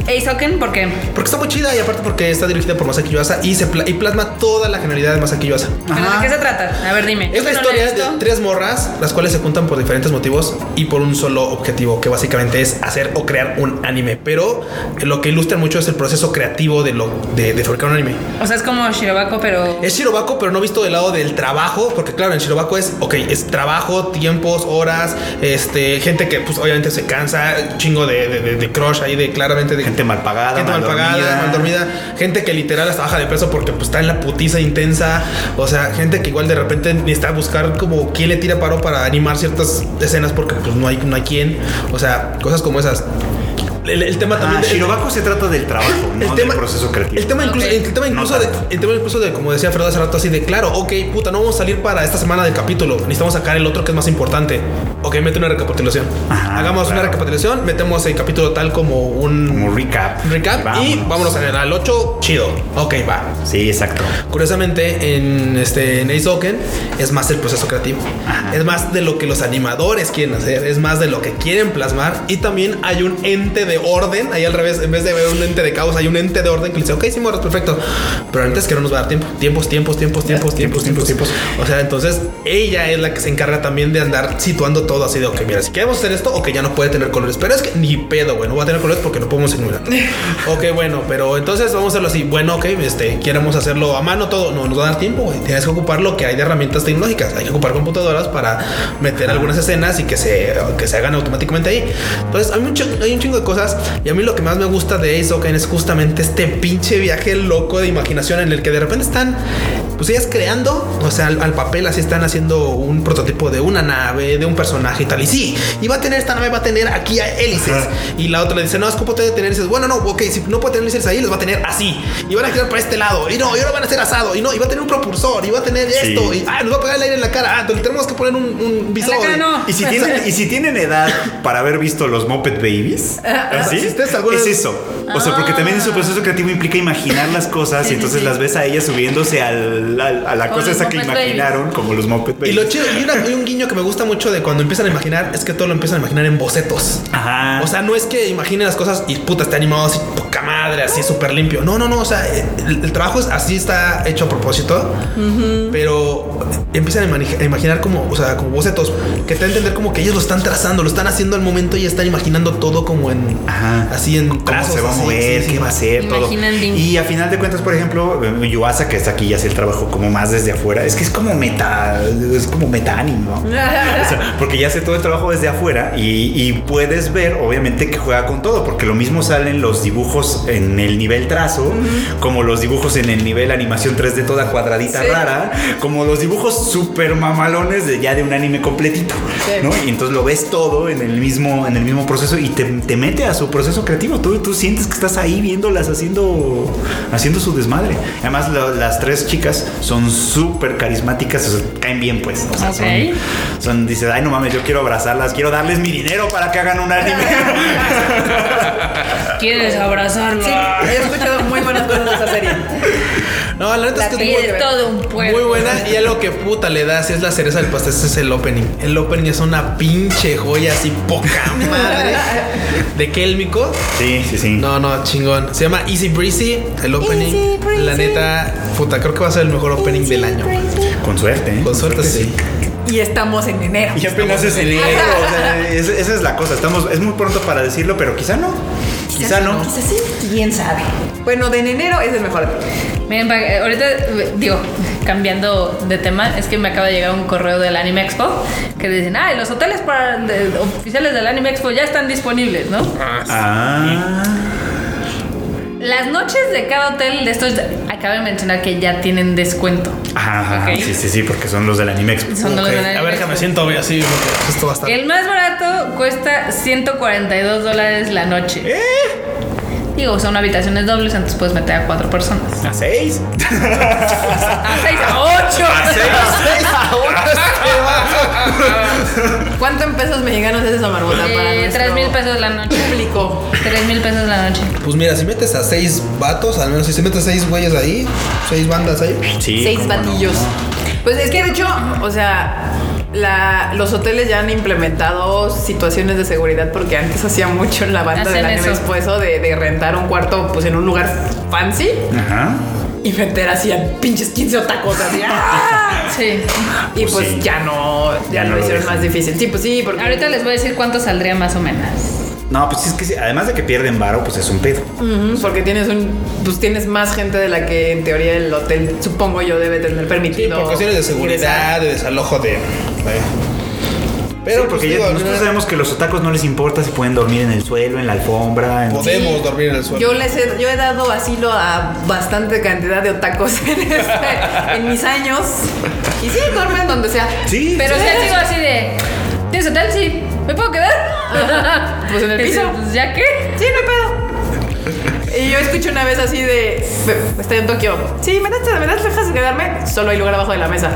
S7: Ace Oken, ¿por qué?
S2: Porque está muy chida y aparte porque está dirigida por Masaki Yuasa y, se pla- y plasma toda la generalidad de Masaki Yuasa.
S7: ¿Pero de qué se trata? A ver, dime. Yo
S2: Es la
S7: no he
S2: historia de
S7: visto.
S2: tres morras, las cuales se juntan por diferentes motivos y por un solo objetivo, que básicamente es hacer o crear un anime. Pero lo que ilustra mucho es el proceso creativo de, lo, de, de fabricar un anime.
S7: O sea, es como Shirobako, pero.
S2: Es Shirobako, pero no visto del lado del trabajo, porque claro, en Shirobako es, ok, es trabajo, tiempos, horas, este, gente que pues obviamente se cansa, chingo de, de, de- de crush ahí, de claramente de
S4: Gente mal pagada,
S2: gente mal,
S4: mal
S2: pagada,
S4: dormida.
S2: mal dormida, gente que literal hasta baja de peso porque pues está en la putiza intensa, o sea, gente que igual de repente necesita buscar como quién le tira paro para animar ciertas escenas porque pues no hay, no hay quién, o sea, cosas como esas. El, el tema
S4: Ah,
S2: también... el-
S4: Shirobako se trata del trabajo, no del proceso creativo.
S2: el tema incluso,
S7: Ok.
S2: el tema incluso
S4: No
S2: de,
S4: tanto.
S2: el tema incluso de, como decía Fredo hace rato, así de claro, ok, puta, no vamos a salir para esta semana del capítulo, necesitamos sacar el otro que es más importante. Ok, mete una recapitulación.
S4: Ajá,
S2: Hagamos
S4: claro.
S2: una recapitulación, metemos el capítulo tal como un
S4: Como recap.
S2: recap y vámonos a- al 8, chido. Ok, va.
S4: Sí, exacto.
S2: Curiosamente, en, este, en Ace Oken es más el proceso creativo. Es más de lo que los animadores quieren hacer. Es más de lo que quieren plasmar. Y también hay un ente de orden. Ahí al revés, en vez de ver un ente de caos, hay un ente de orden que le dice, ok, sí, morras, perfecto. Pero antes que no nos va a dar tiempo. Tiempos, tiempos, tiempos, tiempos, tiempos, Ah, tiempos, tiempos. O sea, entonces ella es la que se encarga también de andar situando todo así de, ok, mira, si queremos hacer esto, ok, ya no puede tener colores. Pero es que ni pedo, güey, no va a tener colores porque no podemos enumerar. ok, bueno, pero entonces vamos a hacerlo así. Bueno, ok, este, queremos hacerlo a mano todo. No, nos va a dar tiempo, güey. Tienes que ocupar lo que hay de herramientas tecnológicas. Hay que ocupar computadoras para meter algunas escenas y que se, que se hagan automáticamente ahí. Entonces, hay un, chi- hay un chingo de cosas. Y a mí lo que más me gusta de Ace Oken es justamente este pinche viaje loco de imaginación en el que de repente están pues ellas creando, o sea, al, al papel así están haciendo un prototipo de una nave, de un personaje y tal. Y sí, y va a tener esta nave, va a tener aquí a hélices. Y la otra le dice, no, es que puede tener hélices. Bueno, no, ok, si no puede tener hélices ahí, les va a tener así. Y van a girar para este lado. Y no, y ahora van a ser asado. Y no, y va a tener un propulsor. Y va a tener
S4: Sí.
S2: esto. Y ah, nos va a pegar el aire en la cara. Ah, entonces le tenemos que poner un, un visor.
S7: cara no.
S4: Y si, tienen, y si tienen edad para haber visto los Moped Babies,
S7: Ah,
S4: ¿sí?
S2: Si ustedes alguna
S4: es
S2: vez-
S4: eso. O sea, porque también su proceso creativo implica imaginar las cosas y entonces las ves a ellas subiéndose al, al- a la
S7: Como
S4: cosa
S7: los
S4: esa que
S7: Muppet Babies.
S4: imaginaron, como los Moped
S2: Y
S4: Babies.
S2: lo chido, y, una- y un guiño que me gusta mucho de cuando empiezan a imaginar es que todo lo empiezan a imaginar en bocetos.
S4: Ajá.
S2: O sea, no es que imaginen las cosas y puta, está animado así, poca madre, así súper limpio. No, no, no. O sea, el, el trabajo es así, está hecho a propósito, pero empiezan a, imani- a imaginar como, o sea, como bocetos que te da a entender como que ellos lo están trazando, lo están haciendo al momento y están imaginando todo como en
S4: Ajá.
S2: así en
S4: cómo
S2: trazos,
S4: se va a
S2: así,
S4: mover,
S2: sí, sí.
S4: qué va a ser, todo.
S7: Imaginan bien.
S4: Y a final de cuentas, por ejemplo, Yuasa, que está aquí y hace el trabajo como más desde afuera, es que es como meta, es como meta ánimo. O sea, porque ya hace todo el trabajo desde afuera y, y puedes ver, obviamente, que juega con todo, porque lo mismo salen los dibujos en en el nivel trazo, como los dibujos en el nivel animación 3D toda cuadradita rara, como los dibujos super mamalones de ya de un anime completito, ¿no? Y entonces lo ves todo en el mismo, en el mismo proceso y te, te mete a su proceso creativo. Tú, tú sientes que estás ahí viéndolas haciendo, haciendo su desmadre. Además, la- las tres chicas son súper carismáticas, o sea, caen bien, pues. O sea, son-
S3: Ok.
S4: son, dices, ay, no mames, yo quiero abrazarlas, quiero darles mi dinero para que hagan un anime.
S3: ¿Quieres abrazarlo?
S8: Sí, he escuchado muy buenas cosas de esa serie.
S2: No, la neta es que
S3: Y
S2: es
S3: de todo un
S2: muy,
S3: pueblo.
S2: muy buena. Y a lo que puta le das es la cereza del pastel. Ese es el opening. El opening es una pinche joya así poca madre. De Kélmico.
S4: Sí, sí, sí.
S2: No, no, chingón. Se llama Easy Breezy, el opening.
S9: Easy Breezy.
S2: La neta, puta, creo que va a ser el mejor opening del año.
S4: Con suerte, ¿eh?
S2: Con suerte sí.
S1: Y estamos en enero.
S4: Y apenas es enero. o sea, es- esa es la cosa. Estamos, es muy pronto para decirlo, pero quizá no. Quizá no.
S1: Quizás sí, quién sabe. Bueno, de en enero es el mejor.
S3: Miren, pa- eh, ahorita eh, digo, cambiando de tema, es que me acaba de llegar un correo del Anime Expo que dicen, ah, los hoteles para, de- oficiales del Anime Expo ya están disponibles, ¿no?
S4: Ah,
S3: Las noches de cada hotel de estos, acabo de mencionar que ya tienen descuento.
S4: Ajá,
S3: Ok.
S4: sí, sí, sí, porque son los del anime Expo.
S3: Son de
S2: Ok,
S3: los del Anime
S2: A ver,
S3: Expo.
S2: déjame siento hoy así. porque Esto va a estar.
S1: Eh.
S3: El más barato cuesta 142 dólares la noche. Digo, son habitaciones dobles, entonces puedes meter a cuatro personas.
S4: ¿A Ah, seis?
S3: A seis, a ocho.
S1: ¿Cuánto en pesos mexicanos es esa marmota para
S3: Eh,
S1: nuestro
S3: Tres mil pesos la noche.
S1: público?
S3: Tres mil pesos la noche.
S2: Pues mira, si metes a seis vatos, al menos si se metes seis güeyes ahí, seis bandas ahí.
S4: Sí.
S1: seis
S4: cómo no.
S1: batillos. Pues es que de hecho, o sea, la- los hoteles ya han implementado situaciones de seguridad porque antes hacía mucho en la banda
S3: Hacen
S1: del
S3: eso.
S1: anime Expo eso de, de rentar un cuarto pues en un lugar fancy
S4: Ajá.
S1: y meter así a pinches 15 otacos así. ¡ah!
S3: Sí.
S1: Y
S4: Pues
S1: pues,
S4: sí.
S1: ya no, ya,
S4: Ya no
S1: lo
S4: lo
S1: hicieron
S4: dejan.
S1: más difícil. Sí, pues sí, porque
S3: Ahorita les voy a decir cuánto saldría más o menos.
S4: No, pues es que sí, además de que pierden varo, pues es un pedo.
S1: Ujú, porque tienes un, pues tienes más gente de la que en teoría el hotel, supongo yo, debe tener
S2: Sí,
S1: permitido.
S2: por cuestiones de
S1: ingresar.
S2: seguridad, de desalojo de. Pero
S4: Sí,
S2: pues
S4: porque ya-
S2: digo, al
S4: nosotros
S2: final
S4: sabemos que los otacos no les importa si pueden dormir en el suelo, en la alfombra, en
S2: podemos dormir en el suelo.
S1: Yo les he, yo he dado asilo a bastante cantidad de otacos en, este- en mis años. Y sí, duermen donde sea.
S4: Sí,
S3: Pero
S4: sí.
S3: si sigo así de. ¿Tienes hotel? Sí. ¿Me puedo quedar?
S1: Pues en el
S3: Dice,
S1: piso.
S3: Pues ya qué.
S1: Sí, no hay pedo. Y yo escuché una vez así de. "Fe- Estoy en Tokio. Sí, ¿me das, me das dejas de quedarme? Solo hay lugar abajo de la mesa.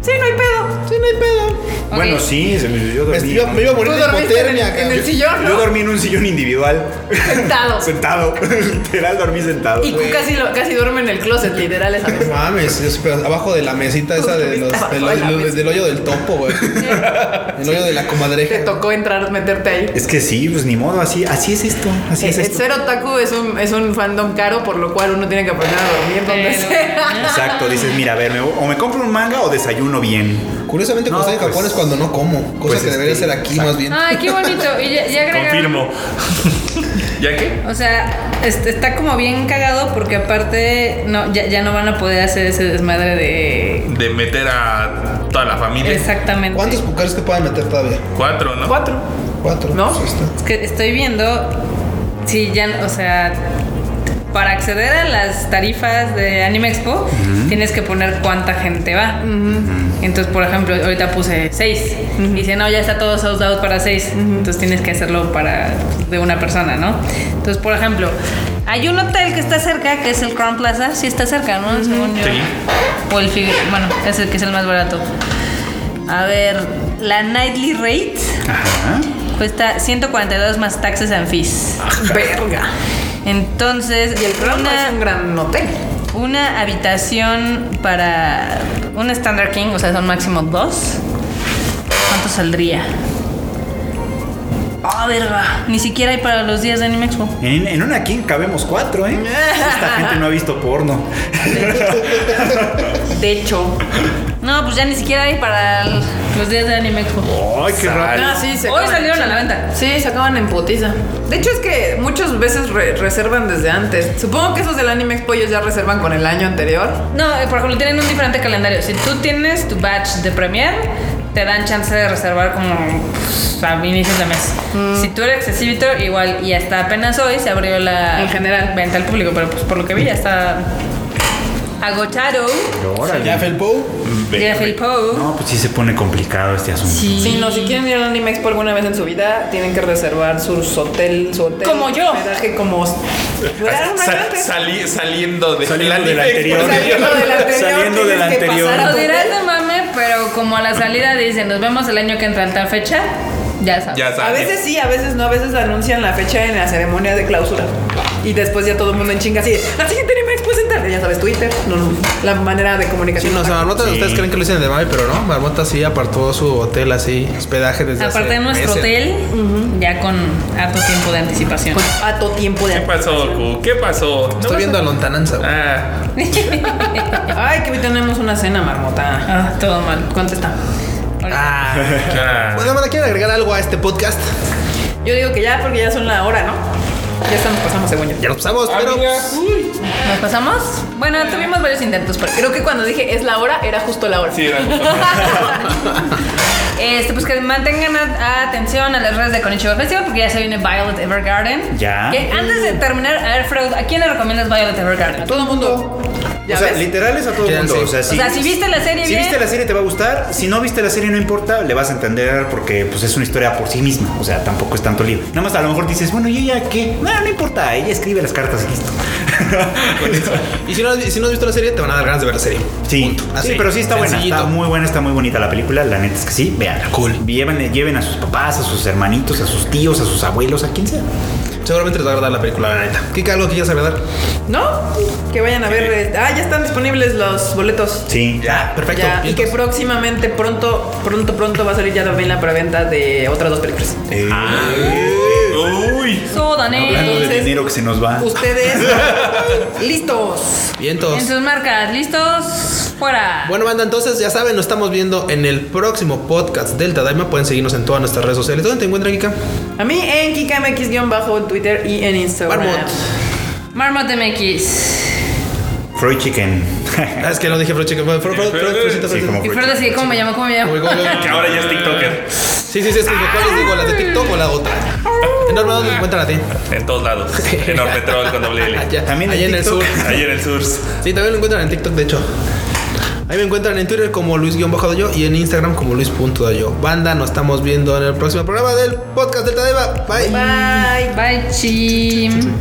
S1: Sí, no hay pedo. Sí, no hay pedo.
S4: Bueno,
S3: Ok.
S4: sí, se me- yo
S2: Me,
S4: dormí.
S2: iba- me iba a morir
S1: Tú
S2: de
S1: dormiste en el,
S2: hipotermia,
S1: en el
S2: cabrón.
S1: sillón,
S4: Yo
S1: ¿no?
S4: dormí en un sillón individual.
S1: Sentado.
S4: Sentado. Literal, dormí sentado.
S1: Y Q casi, lo- casi duerme en el closet, literal, esa
S2: No
S1: vez.
S2: mames, yo sí, pero abajo de la mesita esa de los, de los-
S1: Abajo de la mesa.
S2: del hoyo del topo, güey. El hoyo de la comadreja.
S1: Te tocó entrar, meterte ahí.
S4: Es que sí, pues ni modo, así, así es esto. Así es
S1: el
S4: esto.
S1: ser otaku es un, es un fandom caro, por lo cual uno tiene que aprender a dormir donde
S3: Pero-
S1: sea.
S4: Exacto, dices, mira, a ver, me- o me compro un manga o desayuno bien.
S2: Curiosamente,
S4: No,
S2: cuando estoy en
S4: pues-
S2: Japón es cuando no como. Cosa
S4: pues,
S2: que debería
S4: este,
S2: ser aquí más bien.
S3: Ay, qué bonito. Y ya, ya agregaron-
S5: Confirmo. ¿Ya qué?
S3: O sea, este, está como bien cagado porque aparte no, ya, ya no van a poder hacer ese desmadre de.
S5: De meter a toda la familia.
S3: Exactamente.
S2: ¿Cuántos pucares que puedan meter todavía?
S5: Cuatro, ¿no?
S1: Cuatro.
S2: Cuatro.
S1: ¿No?
S2: pues, ahí está.
S3: Es que estoy viendo. Sí, ya, o sea. Para acceder a las tarifas de Anime Expo, tienes que poner cuánta gente va. Entonces, por ejemplo, ahorita puse 6. Dice, no, ya está todo sold out para 6. Entonces tienes que hacerlo para de una persona, ¿no? Entonces, por ejemplo, hay un hotel que está cerca, que es el Crown Plaza. Sí está cerca, ¿no? Según yo.
S5: Sí.
S3: O el Fig- Bueno, es el que es el más barato. A ver, la nightly rate
S4: Ajá.
S3: cuesta 142 más taxes and fees.
S1: Verga.
S3: Entonces,
S1: Y el programa es un
S3: una,
S1: gran hotel.
S3: una habitación para un Standard King, o sea, son máximo dos. ¿Cuánto saldría? Ah, verga. Ni siquiera hay para los días de Anime Expo.
S4: En, en una king cabemos cuatro, ¿eh? Esta gente no ha visto porno.
S1: De hecho.
S3: No, pues ya ni siquiera hay para el- los días de Anime Expo.
S4: Ay, qué raro.
S1: Ah, sí, se
S3: Hoy
S1: acaban.
S3: salieron a la venta.
S1: Sí, se acaban en potiza. De hecho, es que muchas veces re- reservan desde antes. Supongo que esos del Anime Expo ellos ya reservan con el año anterior.
S3: No, eh, por ejemplo, tienen un diferente calendario. Si tú tienes tu batch de Premiere, te dan chance de reservar como pues, a inicios de mes.
S1: Mm.
S3: Si tú eres exhibitor, igual, y hasta apenas hoy se abrió la
S1: En general.
S3: venta al público, pero pues por lo que vi ya está agotado.
S2: Ya, Felpo.
S3: Jeff el Poe.
S4: No, pues sí se pone complicado este asunto.
S3: Sí.
S1: Sí, no, si quieren ir al Anime Expo alguna vez en su vida, tienen que reservar sus hotel, su hotel.
S10: Como yo.
S1: hospedaje como. Claro,
S5: Sa-
S1: imagínate.
S5: sali- saliendo de
S4: Saliendo
S5: la
S4: del
S5: Limex,
S4: anterior.
S5: porque-
S1: Saliendo del anterior,
S4: Saliendo
S1: tienes
S4: del
S1: que
S4: anterior.
S1: pasar a
S3: Lo
S1: otro
S3: dirás
S1: hotel.
S3: de mame, pero como a la salida dicen, nos vemos el año que entra en tal fecha, ya sabes.
S5: Ya sabes.
S1: A veces sí, a veces no, a veces anuncian la fecha en la ceremonia de clausura. Y después ya todo el mundo en chinga así de, la siguiente anime expo es en tal". Ya sabes, Twitter, no, no, la manera de
S2: Sí,
S1: comunicación.
S2: no, o sea, Marmota, ustedes creen que lo hicieron de mame, pero no. Marmota sí apartó su hotel así, hospedaje desde
S3: Aparte
S2: hace
S3: de nuestro
S2: meses.
S3: hotel, ya con harto tiempo de anticipación.
S1: a todo tiempo
S5: ¿Qué
S1: de
S5: pasó, Q? ¿Qué pasó? No
S2: Estoy
S5: vas
S2: viendo a lontananza, güey.
S5: Ah,
S2: pues.
S1: Ay, que hoy tenemos una cena, marmota.
S3: Ah, todo mal.
S1: Contesta.
S2: Ah.
S5: ah.
S2: Bueno, Amanda, ¿quieren agregar algo a este podcast?
S1: Yo digo que ya, porque ya son la hora, ¿no? Ya estamos pasando, según yo.
S2: Ya nos pasamos,
S5: Ah,
S2: pero.
S5: Amigas,
S3: ¿Nos pasamos? Bueno, tuvimos varios intentos, pero creo
S1: Creo que cuando dije es la hora, era justo la hora.
S5: sí, era
S4: Ah.
S3: este, pues que mantengan a- atención a las redes de Konichiwa Festival porque ya se viene Violet Evergarden.
S4: Ya.
S3: Que antes de terminar, a ver, Freud, ¿a quién le recomiendas Violet Evergarden?
S1: Todo el mundo. ¿Ya
S4: o sea,
S1: ves?
S4: literal es a todo el
S2: Quédense.
S4: mundo. O sea,
S3: O
S4: si,
S3: sea, si viste la serie
S4: si
S3: bien.
S4: viste la serie te va a gustar. Si no viste la serie no importa, le vas a entender porque pues es una historia por sí misma. O sea, tampoco es tanto lío. Nada más a lo mejor dices, bueno, ¿y ella qué? No, no importa. Ella escribe las cartas y listo.
S2: Y si no, y si no has visto la serie, te van a dar ganas de ver la serie.
S4: Sí,
S2: Así,
S4: sí, pero sí está buena.
S2: sencillito.
S4: Está muy buena, está muy bonita la película. La neta es que sí, vean. Cool. Lleven, lleven a sus papás, a sus hermanitos, a sus tíos, a sus abuelos, a quien sea.
S2: Seguramente les va a agradar la película, la neta. ¿Qué algo que quieras agradar?
S1: ¿No? Que vayan a ver. eh, Ah, ya están disponibles los boletos.
S4: Sí.
S2: Ya, perfecto.
S1: Ya, y que
S2: Vientos.
S1: próximamente, pronto, pronto, pronto va a salir ya también la preventa de otras dos películas.
S5: Uy.
S3: Sodané.
S4: Hablando de
S1: Entonces,
S4: dinero que se nos va.
S1: Ustedes, listos.
S2: Vientos.
S3: En sus marcas, listos, fuera.
S2: Bueno, banda, entonces ya saben, nos estamos viendo en el próximo podcast del Tadaima. Pueden seguirnos en todas nuestras redes sociales. ¿Dónde te encuentran, Kika?
S1: A mí en KikaMX-bajo en Twitter y en Instagram.
S2: Marmot.
S3: Marmot MX.
S4: Freud Chicken.
S2: Ah, es que no dije Fro Chicken. Fro- Fro- Fro- Fro- Frosita,
S4: Sí, como
S2: Frosita.
S3: Y
S4: Freud
S3: Freud así, ¿cómo me llamo? ¿Cómo me llamo?
S2: Uy, güey, güey.
S5: Que ahora ya es TikToker.
S2: Sí, sí, sí, es que ¿cuál les digo? ¿La de TikTok o la otra? Enorme, ¿dónde te encuentran a ti?
S5: En todos lados. En Ormetrol con doble L.
S2: Allá,
S4: También
S2: allá
S4: en
S2: en el sur.
S4: TikTok.
S5: Ahí en el Surs.
S2: Sí, también lo encuentran en TikTok, de hecho. Ahí me encuentran en Twitter como Luis-Dayo y en Instagram como Luis.dayo. Banda, nos estamos viendo en el próximo programa del podcast del Tadeva. Bye.
S1: Bye.
S3: Bye, chim.